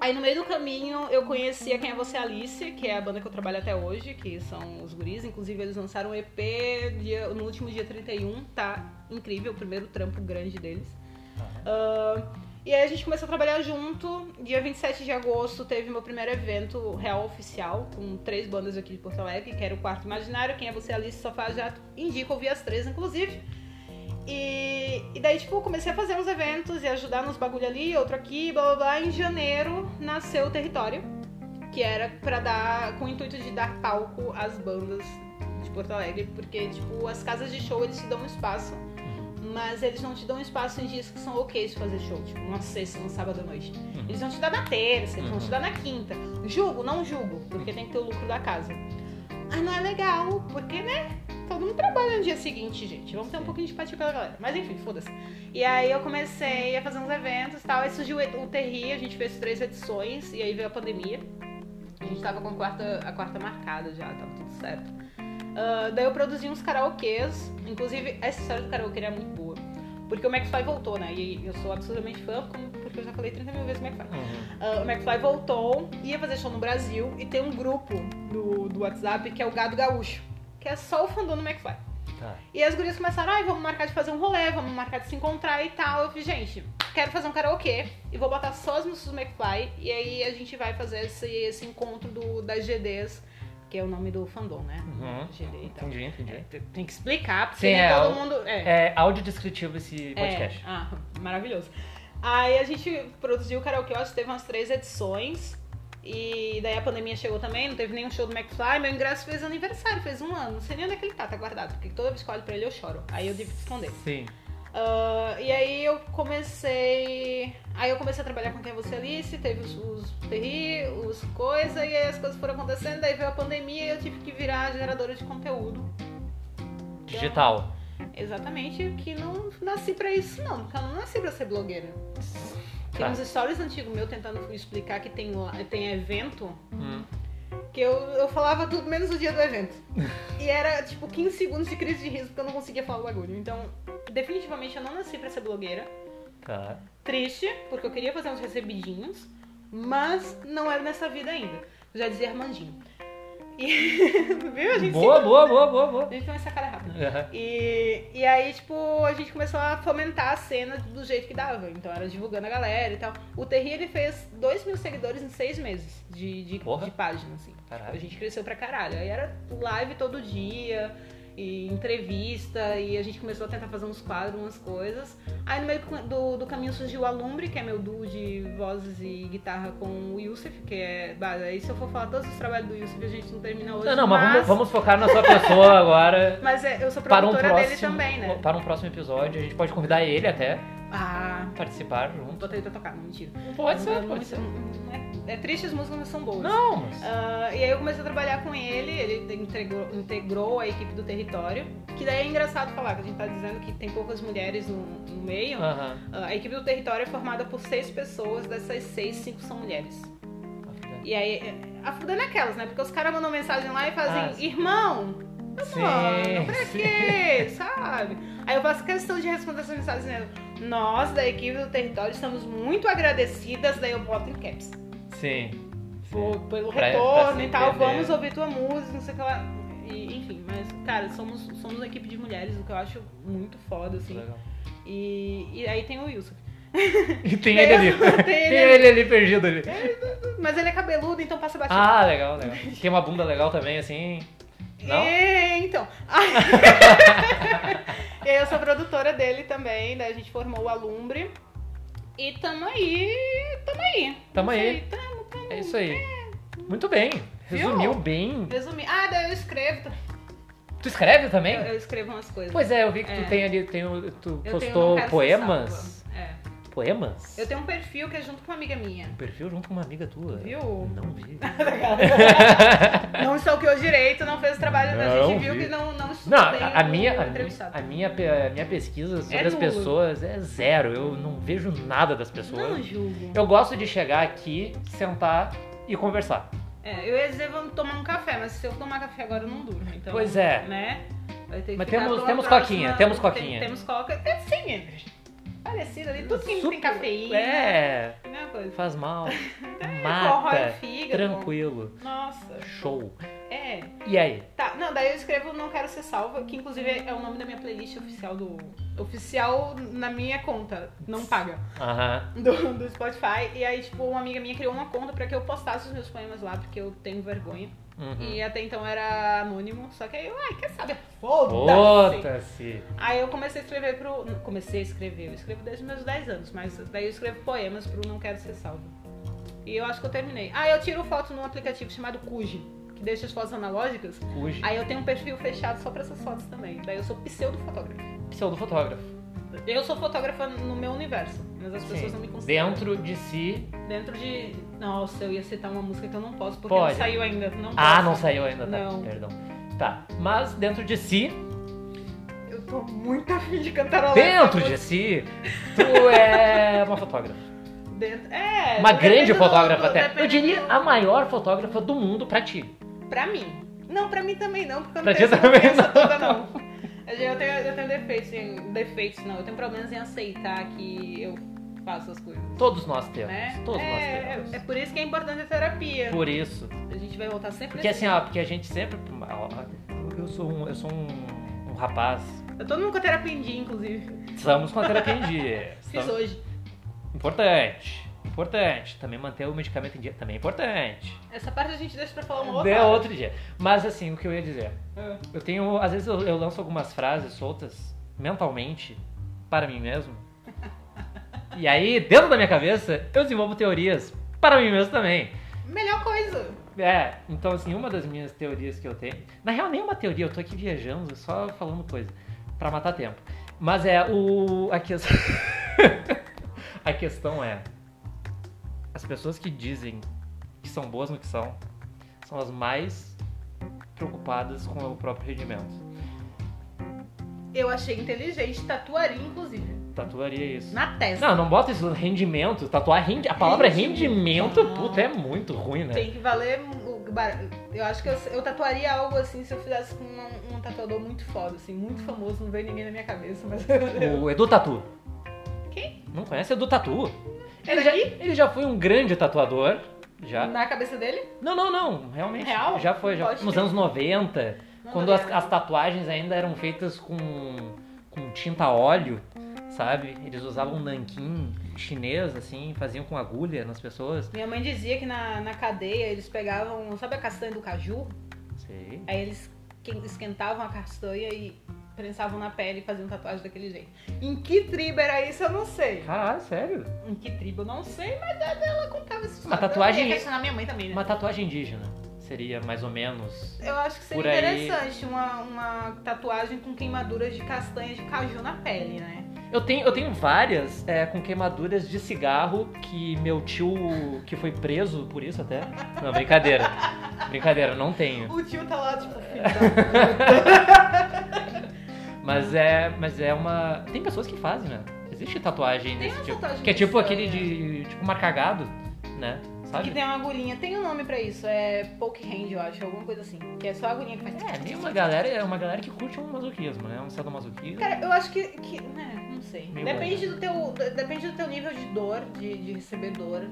Speaker 2: Aí no meio do caminho eu conheci a Quem é Você Alice, que é a banda que eu trabalho até hoje, que são os guris. Inclusive eles lançaram um EP dia- no último dia 31, tá incrível, o primeiro trampo grande deles. Ah, e aí a gente começou a trabalhar junto. Dia 27 de agosto teve meu primeiro evento real oficial, com três bandas aqui de Porto Alegre, que era o Quarto Imaginário, Quem é Você Alice, Sofá Jato. Indico ouvir as três, inclusive. E, e daí, tipo, eu comecei a fazer uns eventos e ajudar nos bagulho ali, outro aqui, blá blá blá. Em janeiro nasceu o Território, que era pra dar, com o intuito de dar palco às bandas de Porto Alegre, porque, tipo, as casas de show eles te dão um espaço mas eles não te dão espaço em dias que são ok de fazer show, tipo uma sexta, um sábado à noite.
Speaker 1: Uhum.
Speaker 2: Eles vão te dar na terça, eles vão
Speaker 1: Uhum.
Speaker 2: te dar na quinta. Julgo, não julgo, porque tem que ter o lucro da casa. Aí não é legal, porque, né? Todo mundo trabalha no dia seguinte, gente. Vamos ter um
Speaker 1: Sim.
Speaker 2: pouquinho de empatia pela galera. Mas enfim, foda-se. E aí eu comecei a fazer uns eventos e tal. Aí surgiu o Terri, a gente fez três edições, e aí veio a pandemia. A gente tava com a quarta, a quarta marcada já, tava tudo certo. Ah, daí eu produzi uns karaokês. Inclusive, essa história do karaokê era muito boa. Porque o McFly voltou, né? E eu sou absolutamente fã, como- porque eu já falei 30 mil vezes McFly.
Speaker 1: Uhum.
Speaker 2: Ah, o McFly voltou, ia fazer show no Brasil e tem um grupo do, do WhatsApp que é o Gado Gaúcho, que é só o fandom do McFly.
Speaker 1: Tá.
Speaker 2: E as gurias começaram, ai, vamos marcar de fazer um rolê, vamos marcar de se encontrar e tal. Eu falei, gente, quero fazer um karaokê e vou botar só as músicas do McFly e aí a gente vai fazer esse, esse encontro do, das GDs, que é o nome do fandom, né?
Speaker 1: Uhum.
Speaker 2: GD e tal.
Speaker 1: Entendi, entendi.
Speaker 2: Tem- Tem que explicar, porque
Speaker 1: Sim,
Speaker 2: nem
Speaker 1: é,
Speaker 2: todo
Speaker 1: o-
Speaker 2: mundo. é.
Speaker 1: É áudio descritivo esse podcast.
Speaker 2: É. Ah, maravilhoso. Aí a gente produziu o karaokê, eu acho que teve umas três edições. E daí a pandemia chegou também, não teve nenhum show do McFly. Meu ingresso fez aniversário, fez um ano. Não sei nem onde é que ele tá, tá guardado. Porque toda vez que eu olho pra ele eu choro. Aí eu devo esconder.
Speaker 1: Sim.
Speaker 2: Ah, e aí eu comecei. Aí eu comecei a trabalhar com quem é você Alice, teve os, os Terri, os coisa, e aí as coisas foram acontecendo, daí veio a pandemia e eu tive que virar geradora de conteúdo.
Speaker 1: Digital.
Speaker 2: Exatamente, que não nasci pra isso não, porque eu não nasci pra ser blogueira. Tem
Speaker 1: Tá.
Speaker 2: uns stories antigos meu tentando explicar que tem, lá- tem evento,
Speaker 1: Hum.
Speaker 2: que eu, eu falava tudo menos o dia do evento. e era tipo 15 segundos de crise de riso porque eu não conseguia falar o bagulho. Então, definitivamente eu não nasci pra ser blogueira.
Speaker 1: Tá.
Speaker 2: Triste, porque eu queria fazer uns recebidinhos, mas não era nessa vida ainda. Eu já dizia Armandinho. E, viu? A gente,
Speaker 1: Boa, boa, boa, boa, boa.
Speaker 2: a gente tem essa cara rápida.
Speaker 1: Uhum.
Speaker 2: E, e aí, tipo, a gente começou a fomentar a cena do jeito que dava. Então era divulgando a galera e tal. O Terri, ele fez 2 mil seguidores em seis meses de, de,
Speaker 1: Porra.
Speaker 2: de página, assim. A
Speaker 1: Caralho.
Speaker 2: gente cresceu pra caralho. Aí era live todo dia, e entrevista, e a gente começou a tentar fazer uns quadros, umas coisas. Aí no meio do, do caminho surgiu o Alumbre, que é meu duo de vozes e guitarra com o Yusuf, que é. Bah, aí se eu for falar todos os trabalhos do Yusuf, a gente não termina hoje.
Speaker 1: Não, não, mas vamos, vamos focar na sua pessoa agora.
Speaker 2: Mas é, eu sou
Speaker 1: Para um,
Speaker 2: produtora dele
Speaker 1: próximo,
Speaker 2: também, né?
Speaker 1: para um próximo episódio, a gente pode convidar ele até
Speaker 2: Ah,
Speaker 1: participar
Speaker 2: não
Speaker 1: junto.
Speaker 2: botei pra tocar, não, mentira.
Speaker 1: Pode
Speaker 2: Não,
Speaker 1: ser,
Speaker 2: não,
Speaker 1: pode ser.
Speaker 2: não É, é triste, as músicas mas são boas.
Speaker 1: Não, mas.
Speaker 2: Ah, e aí eu comecei a trabalhar com ele, ele integrou, integrou a equipe do território. Que daí é engraçado falar, que a gente tá dizendo que tem poucas mulheres no, no meio.
Speaker 1: Aham.
Speaker 2: Ah, a equipe do território é formada por seis pessoas, dessas seis, cinco são mulheres. E aí, é- a fuda é naquelas, né? Porque os caras mandam mensagem lá e fazem,
Speaker 1: Ah, sim.
Speaker 2: irmão,
Speaker 1: Sim,
Speaker 2: mano, pra
Speaker 1: sim.
Speaker 2: quê? Sabe? Aí eu faço questão de responder essas mensagens dizendo, nós da equipe do território estamos muito agradecidas, daí eu boto em caps.
Speaker 1: Sim. sim.
Speaker 2: Por- pelo
Speaker 1: Pra-
Speaker 2: retorno
Speaker 1: pra se
Speaker 2: e tal,
Speaker 1: entender.
Speaker 2: vamos ouvir tua música, não sei o que lá. E, enfim, mas, cara, somos, somos uma equipe de mulheres, o que eu acho muito foda, assim.
Speaker 1: Legal.
Speaker 2: E, e aí tem o Wilson.
Speaker 1: E tem ele ali.
Speaker 2: Tem
Speaker 1: Tem
Speaker 2: ele ali.
Speaker 1: ele ali perdido ali.
Speaker 2: Mas ele é cabeludo, então passa batido.
Speaker 1: Ah, legal, legal. Tem uma bunda legal também, assim. Não?
Speaker 2: É, então. e aí eu sou produtora dele também, daí a gente formou o Alumbre. E tamo aí, tamo aí.
Speaker 1: Tamo
Speaker 2: Não sei,
Speaker 1: aí.
Speaker 2: tamo.
Speaker 1: É isso aí. Muito bem.
Speaker 2: Viu?
Speaker 1: Resumiu bem.
Speaker 2: Resumir. Ah, daí eu escrevo. também.
Speaker 1: Tu escreve também?
Speaker 2: Eu, eu escrevo umas coisas.
Speaker 1: Pois é, eu vi que tu
Speaker 2: É.
Speaker 1: tem ali, tem, o- tu
Speaker 2: Eu tenho um
Speaker 1: postou
Speaker 2: Não Quero Ser
Speaker 1: poemas.
Speaker 2: Salva. É.
Speaker 1: Poemas?
Speaker 2: Eu tenho um perfil que é junto com uma amiga minha.
Speaker 1: Um perfil junto com uma amiga tua.
Speaker 2: Viu?
Speaker 1: Não vi.
Speaker 2: Não stalkeou direito, não fez o trabalho da
Speaker 1: Não
Speaker 2: gente, viu
Speaker 1: vi.
Speaker 2: que não, não
Speaker 1: Não,
Speaker 2: tem
Speaker 1: a, a
Speaker 2: o
Speaker 1: minha, a,
Speaker 2: um entrevistado.
Speaker 1: a minha, pe- a minha pesquisa sobre
Speaker 2: É
Speaker 1: as
Speaker 2: nulo.
Speaker 1: pessoas é zero. Eu não vejo nada das pessoas.
Speaker 2: Não julgo.
Speaker 1: Eu gosto de chegar aqui, sentar e conversar.
Speaker 2: É, eu ia dizer vamos tomar um café, mas se eu tomar café agora eu não durmo. Então,
Speaker 1: Pois é.
Speaker 2: Né? Vai ter que
Speaker 1: Mas
Speaker 2: ficar
Speaker 1: temos-
Speaker 2: pra uma
Speaker 1: temos
Speaker 2: próxima-
Speaker 1: coquinha, temos coquinha.
Speaker 2: Tem- temos coca. É sim, Andres. Parecido ali, tudo que
Speaker 1: Super-
Speaker 2: tem cafeína.
Speaker 1: É,
Speaker 2: Mesma coisa.
Speaker 1: faz mal.
Speaker 2: Corrói o
Speaker 1: Mata.
Speaker 2: fígado.
Speaker 1: Tranquilo.
Speaker 2: Nossa.
Speaker 1: Show.
Speaker 2: É.
Speaker 1: E aí?
Speaker 2: Tá, não, daí eu escrevo Não Quero Ser Salva, que inclusive é o nome da minha playlist oficial do. Oficial na minha conta, não paga.
Speaker 1: Aham.
Speaker 2: Do, do Spotify. E aí, tipo, uma amiga minha criou uma conta pra que eu postasse os meus poemas lá, porque eu tenho vergonha.
Speaker 1: Uhum.
Speaker 2: E até então era anônimo, só que aí eu, ai, quer saber? Foda-se!
Speaker 1: Foda-se.
Speaker 2: Aí eu comecei a escrever pro. não, Comecei a escrever, eu escrevo desde meus 10 anos, mas daí eu escrevo poemas pro Não Quero Ser Salvo. E eu acho que eu terminei. Ah, eu tiro foto num aplicativo chamado Cuji, que deixa as fotos analógicas.
Speaker 1: Cujo.
Speaker 2: Aí eu tenho um perfil fechado só pra essas fotos também. Daí eu sou pseudo-fotógrafa.
Speaker 1: Pseudo-fotógrafo.
Speaker 2: Eu sou fotógrafa no meu universo, mas as pessoas
Speaker 1: Sim.
Speaker 2: não me consideram.
Speaker 1: Dentro de si.
Speaker 2: Dentro de. Nossa, eu ia citar uma música que eu não posso, porque
Speaker 1: Pode.
Speaker 2: não saiu ainda. Não
Speaker 1: Ah,
Speaker 2: posso.
Speaker 1: não saiu ainda, tá?
Speaker 2: Não.
Speaker 1: Perdão. Tá. Mas dentro de si.
Speaker 2: Eu tô muito afim de cantarolar.
Speaker 1: Dentro de si, tu é uma fotógrafa.
Speaker 2: Dentro... É.
Speaker 1: Uma
Speaker 2: depende
Speaker 1: grande
Speaker 2: do-
Speaker 1: fotógrafa
Speaker 2: do-
Speaker 1: até. Eu
Speaker 2: depende
Speaker 1: diria
Speaker 2: do-
Speaker 1: a maior fotógrafa do mundo pra ti.
Speaker 2: Pra mim. Não, pra mim também não, porque eu
Speaker 1: Pra
Speaker 2: não
Speaker 1: ti
Speaker 2: tenho essa
Speaker 1: também
Speaker 2: confiança
Speaker 1: não.
Speaker 2: toda, não. Eu já- eu tenho, eu tenho defeitos, em, defeitos não. Eu tenho problemas em aceitar que eu faço as coisas.
Speaker 1: Todos nós temos.
Speaker 2: né?
Speaker 1: Todos
Speaker 2: é,
Speaker 1: nós temos.
Speaker 2: é por isso que é importante a terapia.
Speaker 1: Por isso.
Speaker 2: A gente vai voltar sempre
Speaker 1: Porque
Speaker 2: nesse-
Speaker 1: assim, ó, porque a gente sempre. ó, Eu sou um, eu sou um, um rapaz.
Speaker 2: Eu tô nunca terapia em dia, inclusive.
Speaker 1: Estamos com a terapia em dia.
Speaker 2: Fiz
Speaker 1: Estamos-
Speaker 2: hoje.
Speaker 1: Importante. Importante. Também manter o medicamento em dia também é importante.
Speaker 2: Essa parte a gente deixa pra falar uma outra.
Speaker 1: É
Speaker 2: hora.
Speaker 1: outro dia. Mas assim, o que eu ia dizer?
Speaker 2: Ah.
Speaker 1: Eu tenho. Às vezes eu, eu lanço algumas frases soltas mentalmente para mim mesmo. E aí, dentro da minha cabeça, eu desenvolvo teorias para mim mesmo também.
Speaker 2: Melhor coisa.
Speaker 1: É, então assim, uma das minhas teorias que eu tenho. Na real, nem é uma teoria, eu tô aqui viajando, só falando coisa. Pra matar tempo. Mas é, o. A, ques- a questão é. As pessoas que dizem que são boas no que são, são as mais preocupadas com o próprio rendimento.
Speaker 2: Eu achei inteligente, tatuaria, inclusive.
Speaker 1: Tatuaria isso.
Speaker 2: Na testa.
Speaker 1: Não, não bota isso no rendimento. Tatuar rendi... A palavra rendimento,
Speaker 2: Rendimento.
Speaker 1: puta, é muito ruim, né?
Speaker 2: Tem que valer. o bar- Eu acho que eu, eu tatuaria algo assim se eu fizesse com um, um tatuador muito foda, assim, muito famoso, não veio ninguém na minha cabeça, mas.
Speaker 1: O Edu Tatu.
Speaker 2: Quem?
Speaker 1: Não conhece Edu Tatu?
Speaker 2: Ele
Speaker 1: já,
Speaker 2: aqui?
Speaker 1: ele já foi um grande tatuador. Já.
Speaker 2: Na cabeça dele?
Speaker 1: Não, não, não. Realmente.
Speaker 2: Hum. Real?
Speaker 1: Já foi, já
Speaker 2: Pode
Speaker 1: Nos
Speaker 2: crer.
Speaker 1: anos 90,
Speaker 2: Não
Speaker 1: quando
Speaker 2: tô
Speaker 1: as,
Speaker 2: vendo.
Speaker 1: as tatuagens ainda eram feitas com, com tinta a óleo, sabe? Eles usavam um nanquim chinês, assim, faziam com agulha nas pessoas.
Speaker 2: Minha mãe dizia que na, na cadeia eles pegavam, sabe a castanha do caju?
Speaker 1: Sei.
Speaker 2: Aí eles que- esquentavam a castanha e prensavam na pele e faziam tatuagem daquele jeito. Em que tribo era isso, eu não sei.
Speaker 1: Caralho, Ah, sério?
Speaker 2: Em que tribo, eu não sei, mas ela- ela contava isso.
Speaker 1: Uma tatuagem-
Speaker 2: Eu ia questionar minha mãe também, né?
Speaker 1: Uma tatuagem indígena seria mais ou menos.
Speaker 2: Eu acho que
Speaker 1: Por
Speaker 2: seria
Speaker 1: aí.
Speaker 2: interessante uma, uma tatuagem com queimaduras de castanha de caju na pele, né?
Speaker 1: Eu tenho, eu tenho várias é, com queimaduras de cigarro que meu tio, que foi preso por isso até. Não, brincadeira. Brincadeira, não tenho.
Speaker 2: O tio tá lá, tipo, filho da...
Speaker 1: Mas é, mas é uma. Tem pessoas que fazem, né? Existe tatuagem
Speaker 2: Tem
Speaker 1: desse
Speaker 2: uma
Speaker 1: tipo.
Speaker 2: tatuagem
Speaker 1: Que é tipo
Speaker 2: dessa,
Speaker 1: aquele
Speaker 2: né?
Speaker 1: de. Tipo marcagado, né? sabe?
Speaker 2: Que é, tem uma agulhinha. Tem um nome pra isso. É poke hand, eu acho. Alguma coisa assim. Que é só a agulhinha que faz...
Speaker 1: É, tem uma galera, é uma galera que curte um masoquismo, né? Um sadomasoquismo.
Speaker 2: Cara, eu acho que. que né, não sei.
Speaker 1: Meio
Speaker 2: Depende do, teu, depende do teu nível de dor, de, de receber dor.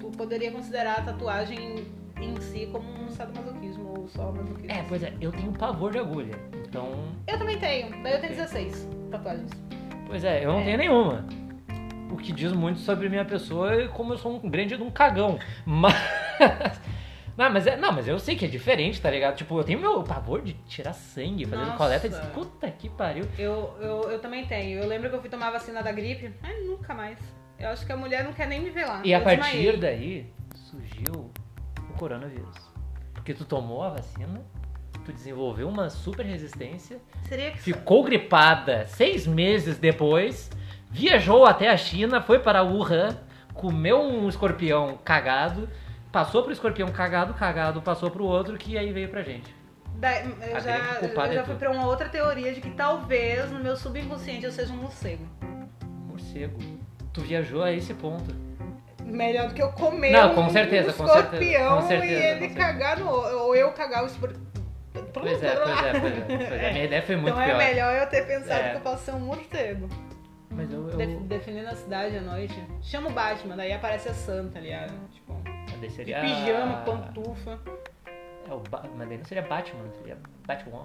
Speaker 2: Tu poderia considerar a tatuagem em si como um sadomasoquismo ou só masoquismo.
Speaker 1: É, pois é, eu tenho pavor de agulha. Então,
Speaker 2: Eu também tenho. Daí eu tenho 16 tatuagens.
Speaker 1: pois é, eu não
Speaker 2: É.
Speaker 1: tenho nenhuma. O que diz muito sobre minha pessoa e como eu sou um grande de um cagão. Mas. Não mas, é, não, mas eu sei que é diferente, tá ligado? Tipo, eu tenho meu pavor de tirar sangue, fazendo
Speaker 2: Nossa.
Speaker 1: coleta de. Puta que pariu.
Speaker 2: Eu, eu, eu também tenho. Eu lembro que eu fui tomar a vacina da gripe, mas nunca mais. Eu acho que a mulher não quer nem me ver lá.
Speaker 1: E
Speaker 2: eu
Speaker 1: a partir
Speaker 2: desmaiei.
Speaker 1: daí surgiu o coronavírus. Porque tu tomou a vacina, tu desenvolveu uma super resistência,
Speaker 2: Seria que.
Speaker 1: ficou gripada seis meses depois, viajou até a China, foi para Wuhan, comeu um escorpião cagado, passou pro escorpião cagado, cagado, passou pro outro, que aí veio pra gente.
Speaker 2: Da- eu
Speaker 1: A grande
Speaker 2: já,
Speaker 1: culpada
Speaker 2: eu já
Speaker 1: é
Speaker 2: fui
Speaker 1: tu.
Speaker 2: pra uma outra teoria de que talvez no meu subconsciente eu seja um morcego.
Speaker 1: Morcego. Tu viajou a esse ponto.
Speaker 2: Melhor do que eu comer
Speaker 1: Não, com
Speaker 2: um-
Speaker 1: certeza,
Speaker 2: um
Speaker 1: com
Speaker 2: escorpião
Speaker 1: certeza, com certeza,
Speaker 2: e ele
Speaker 1: com certeza.
Speaker 2: cagar no. Ou eu cagar o escorpião.
Speaker 1: Pois é, pois é, pois é. Pois é. Minha ideia foi muito
Speaker 2: Então é
Speaker 1: pior.
Speaker 2: melhor eu ter pensado
Speaker 1: É.
Speaker 2: que eu posso ser um morcego.
Speaker 1: Mas eu,
Speaker 2: Def-
Speaker 1: eu
Speaker 2: definindo a cidade à noite, chama o Batman, daí aparece a Santa, aliás. Tipo,
Speaker 1: eu
Speaker 2: de
Speaker 1: desceria.
Speaker 2: pijama, pantufa.
Speaker 1: É o ba mas daí não seria Batman, seria Batwoman.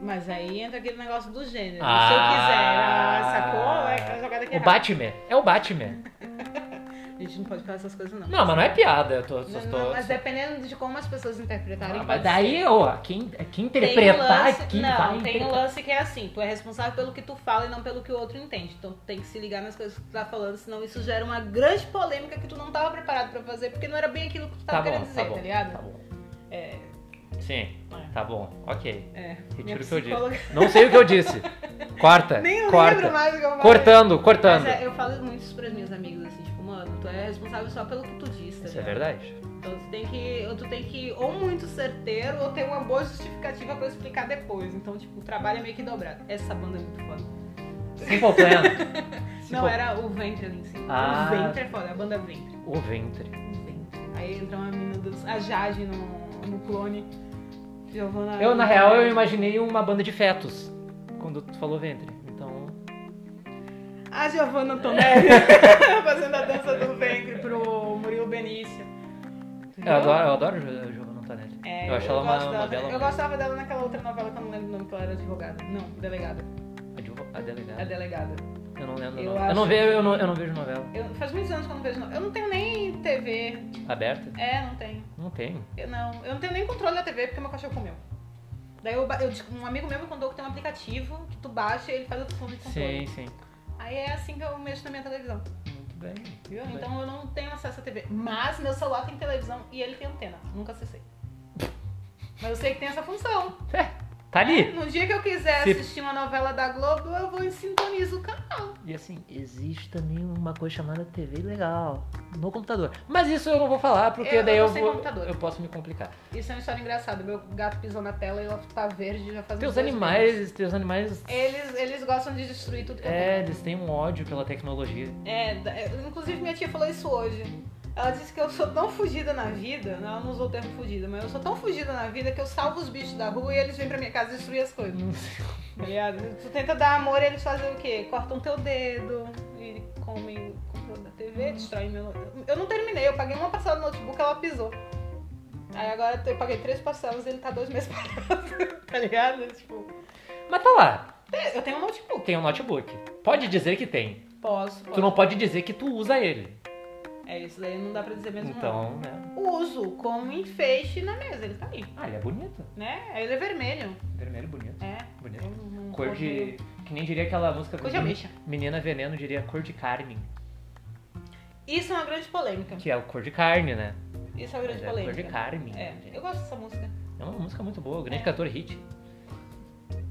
Speaker 2: Mas aí entra aquele negócio do gênero. Se eu
Speaker 1: Ah.
Speaker 2: quiser, ah, sacou? É aquela jogada que é Uhum.
Speaker 1: O
Speaker 2: errada.
Speaker 1: Batman é o Batman.
Speaker 2: A gente não pode falar essas coisas, não.
Speaker 1: Não, mas não é piada, eu tô, só
Speaker 2: Não,
Speaker 1: tô-
Speaker 2: não, mas dependendo de como as pessoas interpretarem.
Speaker 1: Ah, mas
Speaker 2: pode
Speaker 1: daí,
Speaker 2: ser.
Speaker 1: ó, quem, é quem
Speaker 2: Tem um
Speaker 1: interpretar
Speaker 2: lance-
Speaker 1: aqui
Speaker 2: Não,
Speaker 1: vai
Speaker 2: tem um
Speaker 1: interpretar.
Speaker 2: lance que é assim: tu é responsável pelo que tu fala e não pelo que o outro entende. Então tu tem que se ligar nas coisas que tu tá falando, senão isso gera uma grande polêmica que tu não tava preparado pra fazer, porque não era bem aquilo que tu tava
Speaker 1: Tá bom,
Speaker 2: querendo dizer,
Speaker 1: tá bom,
Speaker 2: tá ligado?
Speaker 1: tá bom. Sim,
Speaker 2: É.
Speaker 1: tá bom, ok.
Speaker 2: É.
Speaker 1: Retiro o
Speaker 2: minha
Speaker 1: que eu
Speaker 2: psicóloga-
Speaker 1: disse. Não sei o que eu disse. Corta,
Speaker 2: Nem lembro
Speaker 1: corta.
Speaker 2: mais o que eu falei.
Speaker 1: Cortando,
Speaker 2: Mas
Speaker 1: cortando.
Speaker 2: é, eu falo muito isso pras minhas amigas, assim, tipo, mano, tu é responsável só pelo que tu diz, tá
Speaker 1: Isso é
Speaker 2: ligado?
Speaker 1: verdade.
Speaker 2: Então tu tem que, ou tu tem que ou muito certeiro ou ter uma boa justificativa pra explicar depois. Então, tipo, o trabalho é meio que dobrado. Essa banda é muito foda.
Speaker 1: Simple Plan.
Speaker 2: Não,
Speaker 1: Simple-
Speaker 2: era o ventre ali em cima.
Speaker 1: Ah.
Speaker 2: O ventre é foda, a banda ventre.
Speaker 1: O ventre.
Speaker 2: O ventre. Aí entra uma menina dos. A Jade no, no clone. Giovanna.
Speaker 1: Eu, na real, eu imaginei uma banda de fetos quando tu falou ventre. Então,
Speaker 2: A Giovanna Antonelli
Speaker 1: É.
Speaker 2: fazendo a dança do ventre pro Murilo Benício.
Speaker 1: eu adoro, eu adoro Jo- Giovanna Antonelli.
Speaker 2: É,
Speaker 1: eu acho ela uma,
Speaker 2: gosto
Speaker 1: uma
Speaker 2: dela.
Speaker 1: bela
Speaker 2: Eu gostava dela naquela outra novela que eu não lembro o nome, que ela era advogada. Não, delegada.
Speaker 1: Advo- A delegada.
Speaker 2: É delegada.
Speaker 1: Eu não lembro.
Speaker 2: Eu
Speaker 1: não.
Speaker 2: acho
Speaker 1: eu, não vejo,
Speaker 2: que-
Speaker 1: eu, não, eu não vejo novela.
Speaker 2: Eu, faz muitos anos que eu não vejo. no- Eu não tenho nem TV.
Speaker 1: Aberta?
Speaker 2: É, não tenho.
Speaker 1: Não tem.
Speaker 2: Eu não, eu não tenho nem controle da TV porque meu cachorro comeu. Daí eu, ba- eu dis- um amigo meu me contou que tem um aplicativo que tu baixa e ele faz o fundo de
Speaker 1: Sim,
Speaker 2: controle.
Speaker 1: sim.
Speaker 2: Aí é assim que eu mexo na minha televisão.
Speaker 1: Muito bem.
Speaker 2: Viu?
Speaker 1: Muito
Speaker 2: Então eu não tenho acesso à TV. Mas meu celular tem televisão e ele tem antena. Nunca acessei. Mas eu sei que tem essa função.
Speaker 1: bem. É, tá ali.
Speaker 2: No dia que eu quiser
Speaker 1: Se-
Speaker 2: assistir uma novela da Globo, eu vou e sintonizo o canal.
Speaker 1: E assim, existe também uma coisa chamada TV legal no computador. Mas isso eu não vou falar porque
Speaker 2: Eu- eu
Speaker 1: daí
Speaker 2: tô
Speaker 1: eu,
Speaker 2: sem
Speaker 1: vou,
Speaker 2: computador.
Speaker 1: eu posso me complicar.
Speaker 2: Isso é uma história engraçada. Meu gato pisou na tela e ela tá verde já faz
Speaker 1: Teus
Speaker 2: uns dois Tá meses.
Speaker 1: animais, teus animais,
Speaker 2: Eles, eles gostam de destruir tudo que eu
Speaker 1: é, eles têm um ódio pela tecnologia.
Speaker 2: É, da- é, inclusive minha tia falou isso hoje. Ela disse que eu sou tão fugida na vida, né, ela não usou o termo fugida, mas eu sou tão fugida na vida que eu salvo os bichos da rua e eles vêm pra minha casa destruir as coisas.
Speaker 1: Não sei.
Speaker 2: Tá ligado? Tu tenta dar amor e eles fazem o quê? Cortam teu dedo e comem o controle da TV, destroem meu. Eu não terminei, eu paguei uma parcela do notebook ela pisou. Aí agora eu paguei três parcelas e ele tá dois meses parado, tá ligado? Tipo,
Speaker 1: Mas tá lá,
Speaker 2: eu tenho um notebook.
Speaker 1: tem um notebook. Pode dizer que tem.
Speaker 2: Posso,
Speaker 1: Tu
Speaker 2: posso.
Speaker 1: não pode dizer que tu usa ele.
Speaker 2: É isso daí, não dá pra dizer mesmo não.
Speaker 1: Então, né?
Speaker 2: uso como enfeite na mesa. Ele tá aí,
Speaker 1: Ah, ele é bonito.
Speaker 2: né? Ele é vermelho.
Speaker 1: Vermelho bonito.
Speaker 2: É.
Speaker 1: Bonito.
Speaker 2: Eu não-
Speaker 1: Cor de. Uhum. Que nem diria aquela música.
Speaker 2: Cor de ameixa.
Speaker 1: Menina Veneno diria cor de carne.
Speaker 2: Isso é uma grande polêmica.
Speaker 1: Que é o cor de carne, né?
Speaker 2: Isso é uma grande
Speaker 1: Mas é
Speaker 2: polêmica.
Speaker 1: cor de carne.
Speaker 2: É, eu gosto dessa música.
Speaker 1: É uma música muito boa. o Grande
Speaker 2: É.
Speaker 1: cantor hit.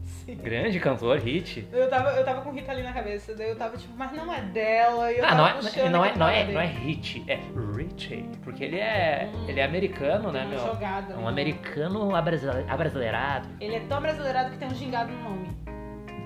Speaker 2: Sim.
Speaker 1: Grande cantor hit.
Speaker 2: Eu tava, eu tava com Rita ali na cabeça, daí eu tava tipo, mas não é dela. E eu
Speaker 1: Ah,
Speaker 2: tava
Speaker 1: não é,
Speaker 2: puxando
Speaker 1: não, é,
Speaker 2: aquela
Speaker 1: não, é,
Speaker 2: parada
Speaker 1: não é
Speaker 2: dele.
Speaker 1: hit, é Richie. Porque ele é.
Speaker 2: Hum.
Speaker 1: Ele é americano, né,
Speaker 2: Uma
Speaker 1: meu?
Speaker 2: jogada,
Speaker 1: É um
Speaker 2: né?
Speaker 1: americano abrasile- abrasileirado.
Speaker 2: Ele é tão brasileirado que tem um gingado no nome.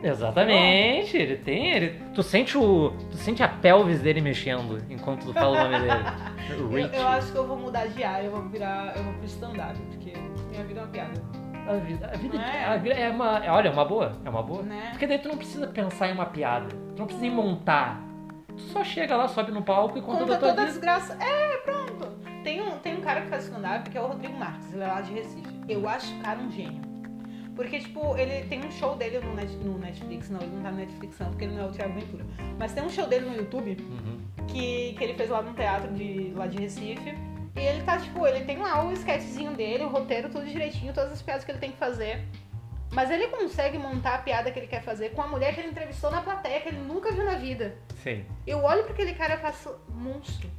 Speaker 1: Exatamente, ele tem. Ele... Tu, sente o, tu sente a pelvis dele mexendo enquanto tu fala o nome dele.
Speaker 2: Eu,
Speaker 1: Rich.
Speaker 2: eu acho que eu vou mudar de área, eu vou virar. Eu vou pro stand-up, porque minha vida é uma piada.
Speaker 1: A vida, a vida,
Speaker 2: Não é?
Speaker 1: a vida é uma. é- Olha, é uma boa. É uma boa.
Speaker 2: Né?
Speaker 1: Porque daí tu não precisa pensar em uma piada. Tu não precisa em montar. Tu só chega lá, sobe no palco e conta,
Speaker 2: Conta
Speaker 1: da tua
Speaker 2: toda a
Speaker 1: vida.
Speaker 2: desgraça. É, pronto. Tem um, tem um cara que faz stand-up que é o Rodrigo Marques, ele é lá de Recife. Eu acho o cara um gênio. Porque, tipo, ele tem um show dele no, Net- no Netflix, não, ele não tá no Netflix não, porque ele não é o Thiago Ventura. Mas tem um show dele no YouTube
Speaker 1: Uhum.
Speaker 2: que, que ele fez lá no teatro de, lá de Recife. E ele tá, tipo, ele tem lá o sketchzinho dele, o roteiro, tudo direitinho, todas as piadas que ele tem que fazer. Mas ele consegue montar a piada que ele quer fazer com a mulher que ele entrevistou na plateia, que ele nunca viu na vida.
Speaker 1: Sim.
Speaker 2: Eu olho pra aquele cara e faço, monstro.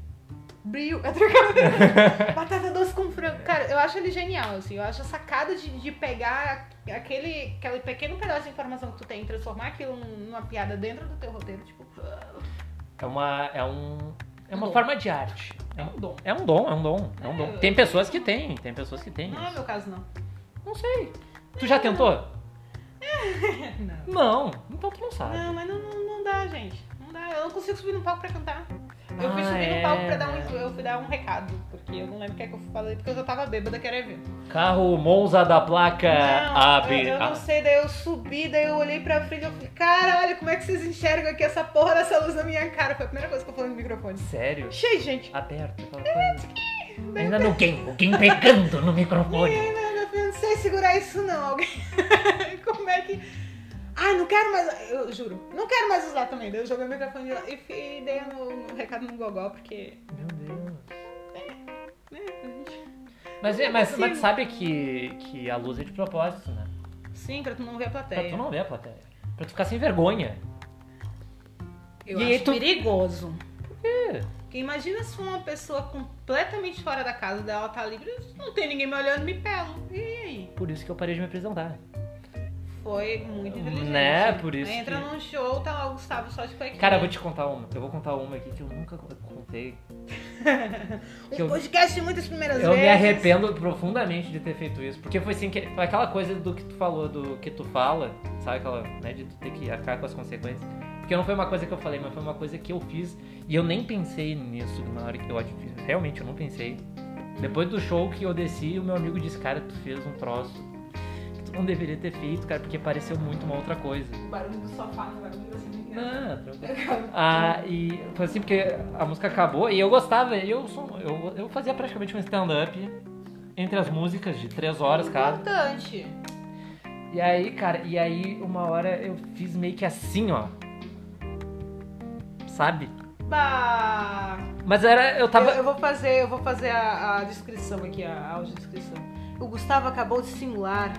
Speaker 2: Brilho. É trocado. Batata doce com frango. Cara, eu acho ele genial, assim. Eu acho a sacada de, de pegar aquele, aquele pequeno pedaço de informação que tu tem e transformar aquilo num- numa piada dentro do teu roteiro, tipo.
Speaker 1: É uma. É um. É uma
Speaker 2: Dom.
Speaker 1: forma de arte. É um dom. É um dom, é um dom, é um dom.
Speaker 2: É,
Speaker 1: Tem
Speaker 2: eu-
Speaker 1: pessoas que têm, tem pessoas que têm.
Speaker 2: Não é
Speaker 1: isso.
Speaker 2: meu caso, não.
Speaker 1: Não sei. Tu já tentou?
Speaker 2: Não.
Speaker 1: É, Não. Então tu não sabe.
Speaker 2: Não, mas não, não, não dá, gente. Não dá. Eu não consigo subir no palco pra cantar. Eu fui
Speaker 1: Ah,
Speaker 2: subir
Speaker 1: é,
Speaker 2: no palco pra dar um.
Speaker 1: né?
Speaker 2: Eu fui dar um recado, porque eu não lembro o que é que eu falei, porque eu já tava bêbada, quero é ver.
Speaker 1: Carro Monza da placa
Speaker 2: Não,
Speaker 1: AB.
Speaker 2: eu, eu
Speaker 1: Ah,
Speaker 2: não sei, daí eu subi, daí eu olhei pra frente e eu falei, cara, olha como é que vocês enxergam aqui essa porra dessa luz na minha cara. Foi a primeira coisa que eu falei no microfone.
Speaker 1: Sério?
Speaker 2: Cheio, gente.
Speaker 1: Aberto. aquela coisa. Ainda no game, o game pegando no microfone.
Speaker 2: Eu falei, não sei segurar isso não, alguém. como é que. Ai, não quero mais. Eu juro, não quero mais usar também. Daí eu joguei o microfone de lá e fi- e dei no, no recado no gogó, porque.
Speaker 1: Meu Deus.
Speaker 2: Né, a gente-
Speaker 1: Mas, é- mas,
Speaker 2: Sim.
Speaker 1: mas tu sabe que, que a luz é de propósito, né?
Speaker 2: Sim, pra tu não ver a
Speaker 1: Pra
Speaker 2: plateia.
Speaker 1: tu não ver a plateia. Pra tu ficar sem vergonha.
Speaker 2: Eu
Speaker 1: E aí
Speaker 2: acho
Speaker 1: tu-
Speaker 2: perigoso.
Speaker 1: quê?
Speaker 2: Porque imagina se for uma pessoa completamente fora da casa dela, tá livre, não tem ninguém me olhando, me pego. E aí?
Speaker 1: Por isso que eu parei de me apresentar.
Speaker 2: Foi muito inteligente.
Speaker 1: Né, por isso
Speaker 2: Aí entra
Speaker 1: que-
Speaker 2: num show, tá lá o Gustavo só de cuequinha.
Speaker 1: Cara, eu vou te contar uma. Eu vou contar uma aqui que eu nunca contei.
Speaker 2: Um
Speaker 1: que eu-
Speaker 2: podcast de muitas primeiras
Speaker 1: Eu
Speaker 2: vezes.
Speaker 1: me arrependo profundamente de ter feito isso, porque foi assim que foi aquela coisa do que tu falou, do que tu fala, sabe aquela, né, de tu ter que arcar com as consequências. Porque não foi uma coisa que eu falei, mas foi uma coisa que eu fiz e eu nem pensei nisso na hora que eu fiz. Realmente eu não pensei. Depois do show que eu desci, o meu amigo disse: "Cara, tu fez um troço que tu não deveria ter feito, cara, porque pareceu muito uma outra coisa".
Speaker 2: O barulho do sofá, o barulho da cinema.
Speaker 1: Não, tranquilo. Ah, e foi assim porque a música acabou e eu gostava, e eu, sou- eu, eu fazia praticamente um stand-up entre as músicas de três horas cada.
Speaker 2: Importante.
Speaker 1: E aí, cara, e aí uma hora eu fiz meio que assim, ó. Sabe?
Speaker 2: Bah.
Speaker 1: Mas era. Eu
Speaker 2: Eu,
Speaker 1: tava.
Speaker 2: eu vou fazer, eu vou fazer a, a descrição aqui, a, a audiodescrição. O Gustavo acabou de simular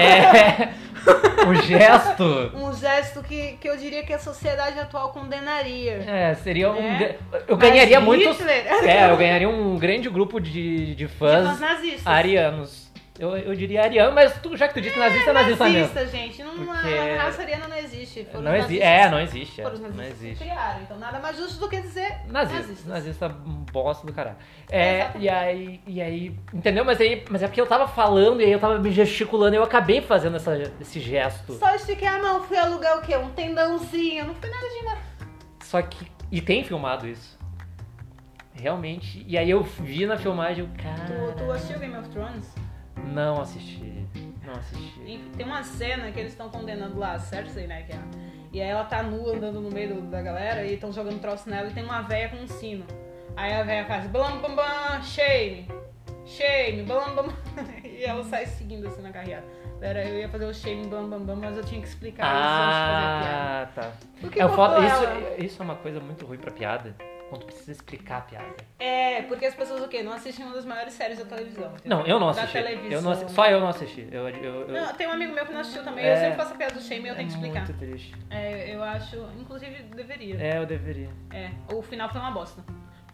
Speaker 1: É. o gesto.
Speaker 2: um gesto que, que eu diria que a sociedade atual condenaria.
Speaker 1: É, seria um.
Speaker 2: É.
Speaker 1: gra- Eu ganharia
Speaker 2: Mas
Speaker 1: muitos.
Speaker 2: Hitler
Speaker 1: É, eu ganharia um grande grupo de, de
Speaker 2: Mas
Speaker 1: fãs né?
Speaker 2: nazistas.
Speaker 1: arianos. Eu, eu diria ariano, mas tu, já que tu disse nazista, é nazista mesmo.
Speaker 2: Nazista, gente. Não,
Speaker 1: Porque-
Speaker 2: A raça ariana não existe. Foram
Speaker 1: Não
Speaker 2: os
Speaker 1: existe.
Speaker 2: nazistas-
Speaker 1: É, não existe. é,
Speaker 2: Foram os
Speaker 1: não
Speaker 2: nazistas que
Speaker 1: existe.
Speaker 2: criaram. Então nada mais justo do que dizer
Speaker 1: Nazista,
Speaker 2: Nazistas.
Speaker 1: nazista é um bosta do caralho.
Speaker 2: É,
Speaker 1: É,
Speaker 2: exatamente.
Speaker 1: e aí, e aí, entendeu? Mas aí, mas é porque eu tava falando e aí eu tava me gesticulando e eu acabei fazendo essa, esse gesto.
Speaker 2: só estiquei a mão, fui alugar o quê? Um tendãozinho. Não foi nada demais.
Speaker 1: Só que e tem filmado isso. Realmente. E aí eu vi na filmagem, eu, cara,
Speaker 2: Tu, tu assistiu Game of Thrones?
Speaker 1: não assisti. Não assisti.
Speaker 2: Enfim, Tem uma cena que eles estão condenando lá, a Cersei, né? Que é... E aí ela tá nua andando no meio do- da galera e estão jogando troço nela e tem uma véia com um sino. Aí a véia faz blam blam blam, shame, shame, blam blam. E ela sai seguindo assim na carreada. Pera, eu ia fazer o shame blam blam blam, mas eu tinha que explicar isso antes de fazer
Speaker 1: Ah,
Speaker 2: a piada.
Speaker 1: tá.
Speaker 2: O que
Speaker 1: eu
Speaker 2: cortou
Speaker 1: falo,
Speaker 2: ela?
Speaker 1: isso, isso é uma coisa muito ruim pra piada. Quando precisa explicar a piada.
Speaker 2: É, porque as pessoas o quê? Não assistem uma das maiores séries da televisão. entendeu?
Speaker 1: Não, eu não
Speaker 2: Da
Speaker 1: assisti.
Speaker 2: tá televisão.
Speaker 1: Eu não assi- Só eu não assisti. Eu, eu- eu-
Speaker 2: Não, tem um amigo meu que não assistiu também,
Speaker 1: É.
Speaker 2: eu sempre faço a piada do shame e eu tenho que explicar.
Speaker 1: Muito triste.
Speaker 2: É, eu acho, inclusive deveria.
Speaker 1: É, eu deveria.
Speaker 2: É, o final foi uma bosta.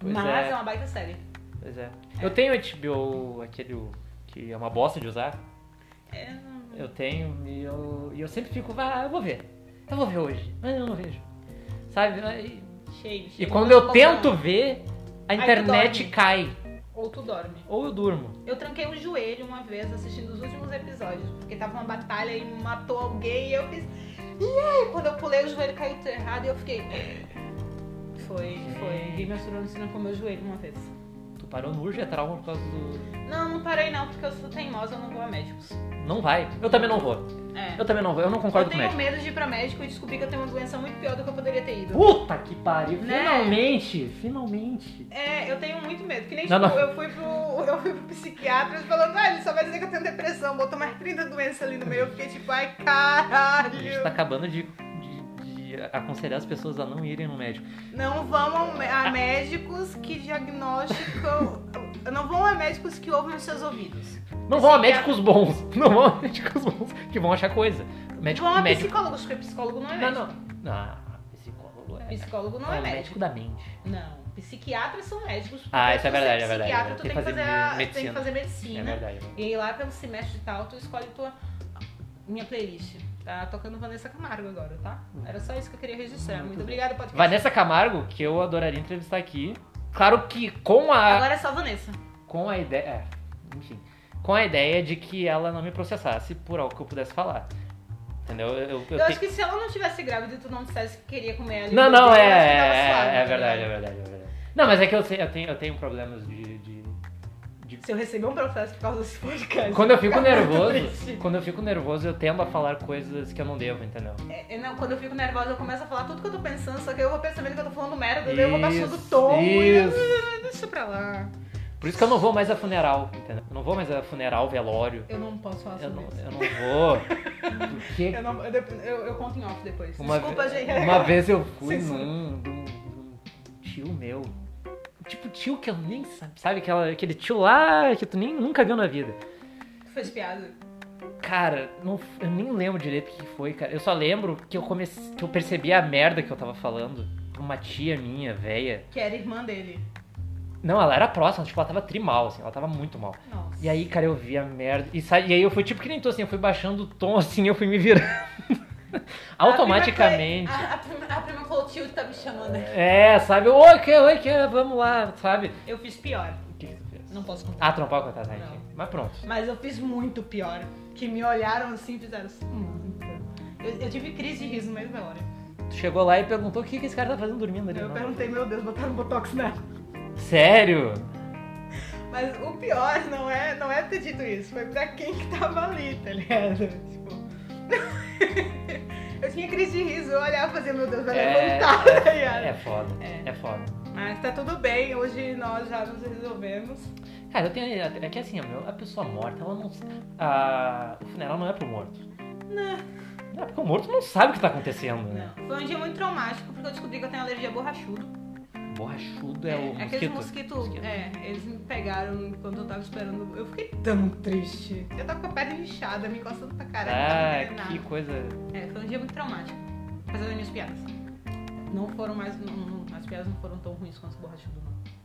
Speaker 1: Pois
Speaker 2: Mas
Speaker 1: é.
Speaker 2: é. uma baita série.
Speaker 1: Pois é. Eu tenho HBO, aquele que é uma bosta de usar.
Speaker 2: É, não-
Speaker 1: Eu tenho e eu, e eu sempre fico, ah, eu vou ver. Eu vou ver hoje. Mas eu não vejo. Sabe? E,
Speaker 2: cheio,
Speaker 1: e
Speaker 2: cheio.
Speaker 1: quando eu
Speaker 2: Não,
Speaker 1: tento ver, a
Speaker 2: tu
Speaker 1: internet
Speaker 2: dorme.
Speaker 1: cai.
Speaker 2: não. Ou tu dorme.
Speaker 1: Ou eu durmo.
Speaker 2: Eu tranquei o joelho uma vez assistindo os últimos episódios, porque tava uma batalha e matou alguém e eu fiz. E aí, quando eu pulei, o joelho caiu tudo errado e eu fiquei. Foi, foi. Game of Thrones com o meu joelho uma vez.
Speaker 1: Tu parou no urge é trauma por causa do.
Speaker 2: Não, não parei não, porque eu sou teimosa, eu não vou a médicos.
Speaker 1: Não vai. Eu também não vou.
Speaker 2: É.
Speaker 1: Eu também não vou. Eu não concordo
Speaker 2: eu
Speaker 1: com o
Speaker 2: tenho
Speaker 1: médico.
Speaker 2: medo de ir pra médico e descobrir que eu tenho uma doença muito pior do que eu poderia ter ido.
Speaker 1: Puta que pariu.
Speaker 2: Né?
Speaker 1: Finalmente. Finalmente.
Speaker 2: É, eu tenho muito medo. Que nem
Speaker 1: Não,
Speaker 2: tipo,
Speaker 1: não.
Speaker 2: Eu, fui pro, eu fui pro psiquiatra falando, ah, ele só vai dizer que eu tenho depressão, botou mais 30 doenças ali no meio. Eu fiquei tipo, ai
Speaker 1: A gente
Speaker 2: caralho.
Speaker 1: tá acabando de, de- de aconselhar as pessoas a não irem no médico.
Speaker 2: Não vão ao mé- a médicos que diagnosticam. não vão a médicos que ouvem os seus ouvidos.
Speaker 1: Não vão a
Speaker 2: Psiquiatra.
Speaker 1: médicos bons. Não vão a médicos bons que vão achar coisa. Médico,
Speaker 2: vão a
Speaker 1: médico.
Speaker 2: psicólogos, porque psicólogo não é
Speaker 1: Não,
Speaker 2: médico.
Speaker 1: não. Ah, psicólogo é.
Speaker 2: Psicólogo não
Speaker 1: é
Speaker 2: é,
Speaker 1: o médico
Speaker 2: médico.
Speaker 1: da mente.
Speaker 2: Não. Psiquiatras são médicos. porque
Speaker 1: Ah, isso é
Speaker 2: se você
Speaker 1: verdade, é verdade.
Speaker 2: Psiquiatra, tu
Speaker 1: Tem
Speaker 2: tem
Speaker 1: que
Speaker 2: que
Speaker 1: fazer
Speaker 2: fazer, a-
Speaker 1: medicina.
Speaker 2: tem que fazer
Speaker 1: É
Speaker 2: medicina.
Speaker 1: verdade. é verdade.
Speaker 2: E aí lá pelo semestre e tal, tu escolhe tua minha playlist. Tá tocando Vanessa Camargo agora, tá? Era só isso que eu queria registrar. Muito obrigada, podcast.
Speaker 1: Vanessa Camargo, que eu adoraria entrevistar aqui. Claro que com a.
Speaker 2: Agora é só Vanessa.
Speaker 1: com a ideia. É, enfim. Com a ideia de que ela não me processasse por algo que eu pudesse falar. Entendeu? Eu, eu- eu
Speaker 2: Eu,
Speaker 1: tenho-
Speaker 2: acho que se ela não tivesse grávida e tu não dissesse que queria comer ela.
Speaker 1: Não, não, é.
Speaker 2: suave,
Speaker 1: É, é
Speaker 2: tá
Speaker 1: verdade, é
Speaker 2: ligado?
Speaker 1: verdade, é verdade. Não, mas é que eu, sei- eu tenho, eu tenho problemas de. de- de-
Speaker 2: Se eu receber um processo por causa desse podcast.
Speaker 1: Quando eu fico
Speaker 2: vou ficar É muito
Speaker 1: nervoso,
Speaker 2: triste.
Speaker 1: quando eu fico nervoso, eu tendo a falar coisas que eu não devo, entendeu?
Speaker 2: É, é, não, quando eu fico nervosa, eu começo a falar tudo que eu tô pensando, só que eu vou pensando que eu tô falando merda, daí eu vou baixando o
Speaker 1: Isso,
Speaker 2: tom
Speaker 1: isso.
Speaker 2: e. Deixa pra lá.
Speaker 1: Por isso que eu não vou mais a funeral, entendeu? Eu não vou mais a funeral, velório.
Speaker 2: Eu não posso falar
Speaker 1: Eu
Speaker 2: sobre
Speaker 1: não,
Speaker 2: isso.
Speaker 1: eu não vou. Porque
Speaker 2: Eu, não, eu, dep- eu- eu conto em off depois.
Speaker 1: Uma
Speaker 2: Desculpa,
Speaker 1: ve-
Speaker 2: gente.
Speaker 1: Uma vez eu fui
Speaker 2: Censura.
Speaker 1: num, num- num tio meu. Tipo, tio que eu nem sabe. Sabe aquela- aquele tio lá que tu nem, nunca viu na vida.
Speaker 2: Foi de piada.
Speaker 1: Cara, não f- eu nem lembro direito o que foi, cara. Eu só lembro que eu comecei, que eu percebi a merda que eu tava falando. pra Uma tia minha, velha.
Speaker 2: Que era irmã dele.
Speaker 1: Não, ela era próxima, tipo, ela tava trimal, assim, ela tava muito mal.
Speaker 2: Nossa.
Speaker 1: E aí, cara, eu vi a merda. E, sa- e aí eu fui tipo que nem tu, assim, eu fui baixando o tom, assim, eu fui me virando.
Speaker 2: Ah,
Speaker 1: Automaticamente.
Speaker 2: A, a prima, a prima Clotilde tá me chamando aqui.
Speaker 1: É, sabe? Oi, que, oi, que, vamos lá, sabe?
Speaker 2: Eu fiz pior.
Speaker 1: O que, que tu fez?
Speaker 2: Não posso contar.
Speaker 1: Ah, tu não pode contar, tá?
Speaker 2: Não.
Speaker 1: enfim. Mas pronto.
Speaker 2: Mas eu fiz muito pior. Que me olharam assim e fizeram assim. "Nossa". Eu, eu tive crise de riso mesmo na hora.
Speaker 1: Tu chegou lá e perguntou o que, que esse cara tá fazendo dormindo ali.
Speaker 2: Eu
Speaker 1: não?
Speaker 2: perguntei, meu Deus, botaram botox nela.
Speaker 1: Sério?
Speaker 2: Mas o pior não é, não é ter dito isso, foi pra quem que tava ali, tá ligado? Tipo. eu tinha crise de riso, eu olhava e fazia, meu Deus, vai
Speaker 1: É,
Speaker 2: levantar, tá ligado?
Speaker 1: É foda.
Speaker 2: É.
Speaker 1: É foda.
Speaker 2: Mas tá tudo bem, hoje nós já nos resolvemos.
Speaker 1: Cara, eu tenho. É que assim, meu, a pessoa morta, ela não. a- o funeral não é pro morto. Não. É porque o morto não sabe o que tá acontecendo, né?
Speaker 2: Né, Foi um dia muito traumático, porque eu descobri que eu tenho alergia a borrachudo.
Speaker 1: Borrachudo é, o mosquito.
Speaker 2: aqueles mosquitos,
Speaker 1: Mosquito.
Speaker 2: é, eles me pegaram quando eu tava esperando. Eu fiquei tão triste. Eu tava com a perna inchada, me encostando pra caralho, não
Speaker 1: Ah,
Speaker 2: tava
Speaker 1: que
Speaker 2: querendo
Speaker 1: coisa.
Speaker 2: nada. É, foi um dia muito traumático, fazendo as minhas piadas. Não foram mais, não, não- as piadas não foram tão ruins quanto as borrachudo, não.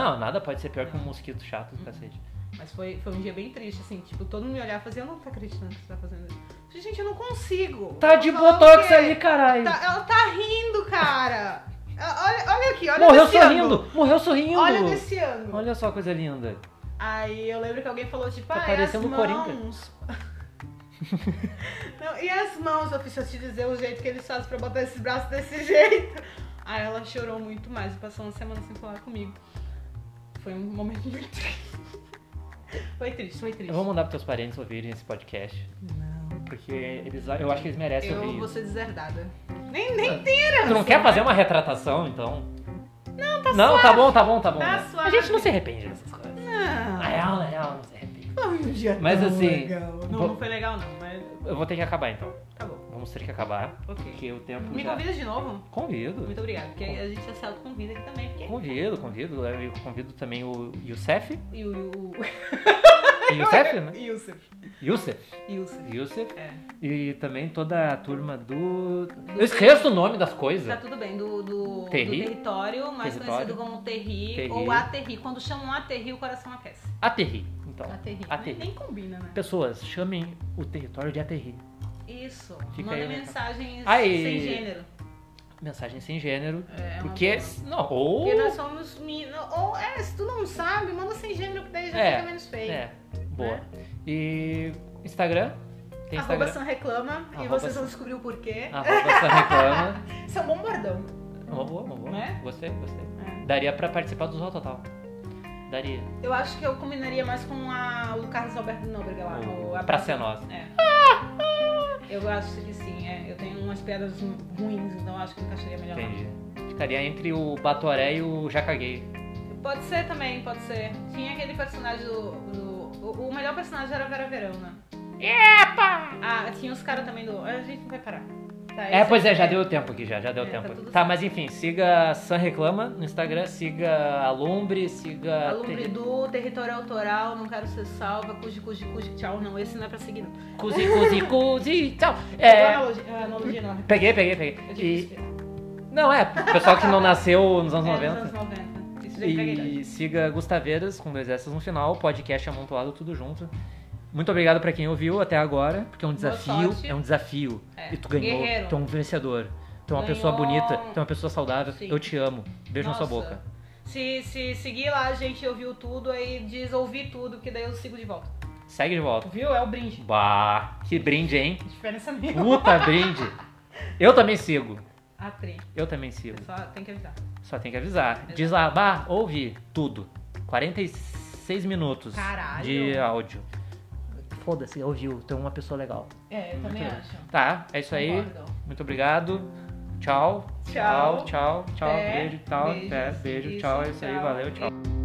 Speaker 1: Não, nada pode ser pior que um mosquito chato
Speaker 2: Hum.
Speaker 1: do cacete.
Speaker 2: Mas foi, foi um dia bem triste, assim, tipo, todo mundo me olhava e fazia, eu não tô acreditando que você tá fazendo isso. Eu falei, Gente, eu não consigo.
Speaker 1: Tá
Speaker 2: Eu
Speaker 1: de
Speaker 2: falava, "O
Speaker 1: botox
Speaker 2: quê?"
Speaker 1: ali, caralho.
Speaker 2: Tá- ela tá rindo, cara. Ah, Olha, olha aqui, olha
Speaker 1: Morreu
Speaker 2: desse
Speaker 1: sorrindo!
Speaker 2: ano.
Speaker 1: Morreu sorrindo!
Speaker 2: Olha desse ano.
Speaker 1: Olha só a coisa linda.
Speaker 2: Aí eu lembro que alguém falou, tipo,
Speaker 1: Tá
Speaker 2: ah, é as
Speaker 1: parecendo o Coringa."
Speaker 2: mãos. Não, e as mãos, eu fiz eu te dizer o jeito que eles fazem pra botar esses braços desse jeito. Aí ela chorou muito mais e passou uma semana sem falar comigo. Foi um momento muito triste. Foi triste, foi triste.
Speaker 1: Eu vou mandar pros teus parentes ouvirem esse podcast.
Speaker 2: Não.
Speaker 1: Porque eles, eu acho que eles merecem
Speaker 2: Eu
Speaker 1: ouvir
Speaker 2: vou
Speaker 1: isso.
Speaker 2: ser deserdada. Nem,
Speaker 1: Ah.
Speaker 2: assim, nem tem herança.
Speaker 1: Tu não quer fazer uma retratação, então? Não, tá Não, tá bom, tá bom, tá bom.
Speaker 2: Tá
Speaker 1: a
Speaker 2: suave.
Speaker 1: gente não se arrepende dessas coisas. Na
Speaker 2: Ah,
Speaker 1: real, na real, não se arrepende.
Speaker 2: foi um dia
Speaker 1: Mas
Speaker 2: tão
Speaker 1: assim,
Speaker 2: legal. Não,
Speaker 1: vou-
Speaker 2: não foi legal não, mas
Speaker 1: Eu vou ter que acabar, então.
Speaker 2: tá bom.
Speaker 1: Vamos ter que acabar.
Speaker 2: Ok.
Speaker 1: Porque o tempo
Speaker 2: Me
Speaker 1: já...
Speaker 2: convida de novo?
Speaker 1: Convido.
Speaker 2: Muito obrigada, porque a gente já se autoconvida aqui também. Porque...
Speaker 1: Convido, convido. Eu convido também o Youssef.
Speaker 2: E o... e É
Speaker 1: Youssef, né?
Speaker 2: o- Yusuf.
Speaker 1: Youssef.
Speaker 2: Yusuf.
Speaker 1: Youssef.
Speaker 2: É.
Speaker 1: E também toda a turma do... Eu esqueço o nome das
Speaker 2: Tá
Speaker 1: coisas.
Speaker 2: tudo bem, do, do, do
Speaker 1: Terri?
Speaker 2: território, mais
Speaker 1: Território.
Speaker 2: conhecido como terri,
Speaker 1: Terri.
Speaker 2: ou aterri. Quando chamam aterri, o coração aquece.
Speaker 1: Aterri, então.
Speaker 2: Aterri.
Speaker 1: Aterri.
Speaker 2: né? Nem, nem combina, né?
Speaker 1: Pessoas, chamem o território de aterri.
Speaker 2: Isso.
Speaker 1: Fica
Speaker 2: Manda
Speaker 1: aí, né?
Speaker 2: mensagens
Speaker 1: Aí.
Speaker 2: sem gênero.
Speaker 1: Mensagem sem gênero.
Speaker 2: É, é uma
Speaker 1: porque. Uh!
Speaker 2: boa.
Speaker 1: Não, ou.
Speaker 2: Porque nós somos meninos. Ou é, se tu não sabe, manda sem gênero, que daí já
Speaker 1: É,
Speaker 2: fica menos feio.
Speaker 1: É, boa. E. Instagram, Tem
Speaker 2: Arroba
Speaker 1: Instagram.
Speaker 2: Sam Reclama e
Speaker 1: Arroba
Speaker 2: vocês
Speaker 1: Sam. Ah.
Speaker 2: vão descobrir o porquê.
Speaker 1: Arroba Sam Reclama.
Speaker 2: Isso é um bom bordão.
Speaker 1: Uma boa, uma boa.
Speaker 2: Né?
Speaker 1: Gostei, gostei.
Speaker 2: É.
Speaker 1: Daria pra participar do Zorro Total. Daria.
Speaker 2: Eu acho que eu combinaria mais com a- o Carlos Alberto Nóbrega lá.
Speaker 1: Ou
Speaker 2: o- a
Speaker 1: pra ser nossa.
Speaker 2: É. Eu acho que sim, é. Eu tenho umas piadas ru- ruins, então eu acho que encaixaria melhor. lá.
Speaker 1: Entendi. Ficaria entre o Batoré e o Jaca Gay.
Speaker 2: Pode ser também, pode ser. Tinha aquele personagem do. do- o, o melhor personagem era a Vera Verão, né? Epa! Ah, tinha os caras também do. A gente não vai parar. Tá,
Speaker 1: É,
Speaker 2: esse
Speaker 1: pois é,
Speaker 2: aqui
Speaker 1: já deu tempo aqui, já, já deu
Speaker 2: É, tá
Speaker 1: tempo.
Speaker 2: tudo
Speaker 1: Tá,
Speaker 2: certo.
Speaker 1: mas enfim, siga San Reclama no Instagram, siga Alumbre, siga.
Speaker 2: Alumbre do, território autoral, não quero ser salva, cuji, cuji, cuji, tchau, não, esse não é pra seguir, não.
Speaker 1: Cuzi, cuzi, cuzi, tchau.
Speaker 2: Pegou a
Speaker 1: É.
Speaker 2: analogia- a analogia não,
Speaker 1: Peguei, peguei,
Speaker 2: eu
Speaker 1: peguei.
Speaker 2: tive
Speaker 1: E-
Speaker 2: que explicar.
Speaker 1: Não, é, pessoal que não nasceu nos anos
Speaker 2: É,
Speaker 1: 90.
Speaker 2: nos anos 90. Isso já entrega a idade.
Speaker 1: E siga Gustaveiras com dois S no final, podcast amontoado tudo junto. Muito obrigado pra quem ouviu até agora, porque é um
Speaker 2: Boa
Speaker 1: desafio,
Speaker 2: sorte.
Speaker 1: é um desafio.
Speaker 2: É.
Speaker 1: E tu ganhou,
Speaker 2: Guerreiro.
Speaker 1: tu é um vencedor, tu é uma
Speaker 2: Ganhou.
Speaker 1: pessoa bonita, tu é uma pessoa saudável,
Speaker 2: Sim.
Speaker 1: eu te amo. Beijo na sua
Speaker 2: Nossa.
Speaker 1: boca.
Speaker 2: Se, se seguir lá, a gente ouviu tudo, aí diz ouvir tudo, que daí eu sigo de volta.
Speaker 1: Segue de volta.
Speaker 2: Viu? É o brinde.
Speaker 1: Bah, que brinde, hein?
Speaker 2: Diferença nenhuma.
Speaker 1: Puta brinde. Eu também sigo.
Speaker 2: Ah, tri.
Speaker 1: Eu também sigo.
Speaker 2: Só tem que avisar.
Speaker 1: Só tem que avisar. Desabar, ouvir tudo. 46 minutos
Speaker 2: Caralho.
Speaker 1: de áudio. Foda-se, ouviu. Tu é uma pessoa legal.
Speaker 2: É, eu também acho.
Speaker 1: Tá, é isso aí.
Speaker 2: Concordo.
Speaker 1: Muito obrigado. Tchau.
Speaker 2: Tchau.
Speaker 1: Tchau, tchau, tchau.
Speaker 2: Pé,
Speaker 1: Beijo, tal.
Speaker 2: beijos,
Speaker 1: Pé, beijo,
Speaker 2: isso,
Speaker 1: tchau. É isso aí.
Speaker 2: tchau.
Speaker 1: Valeu, tchau.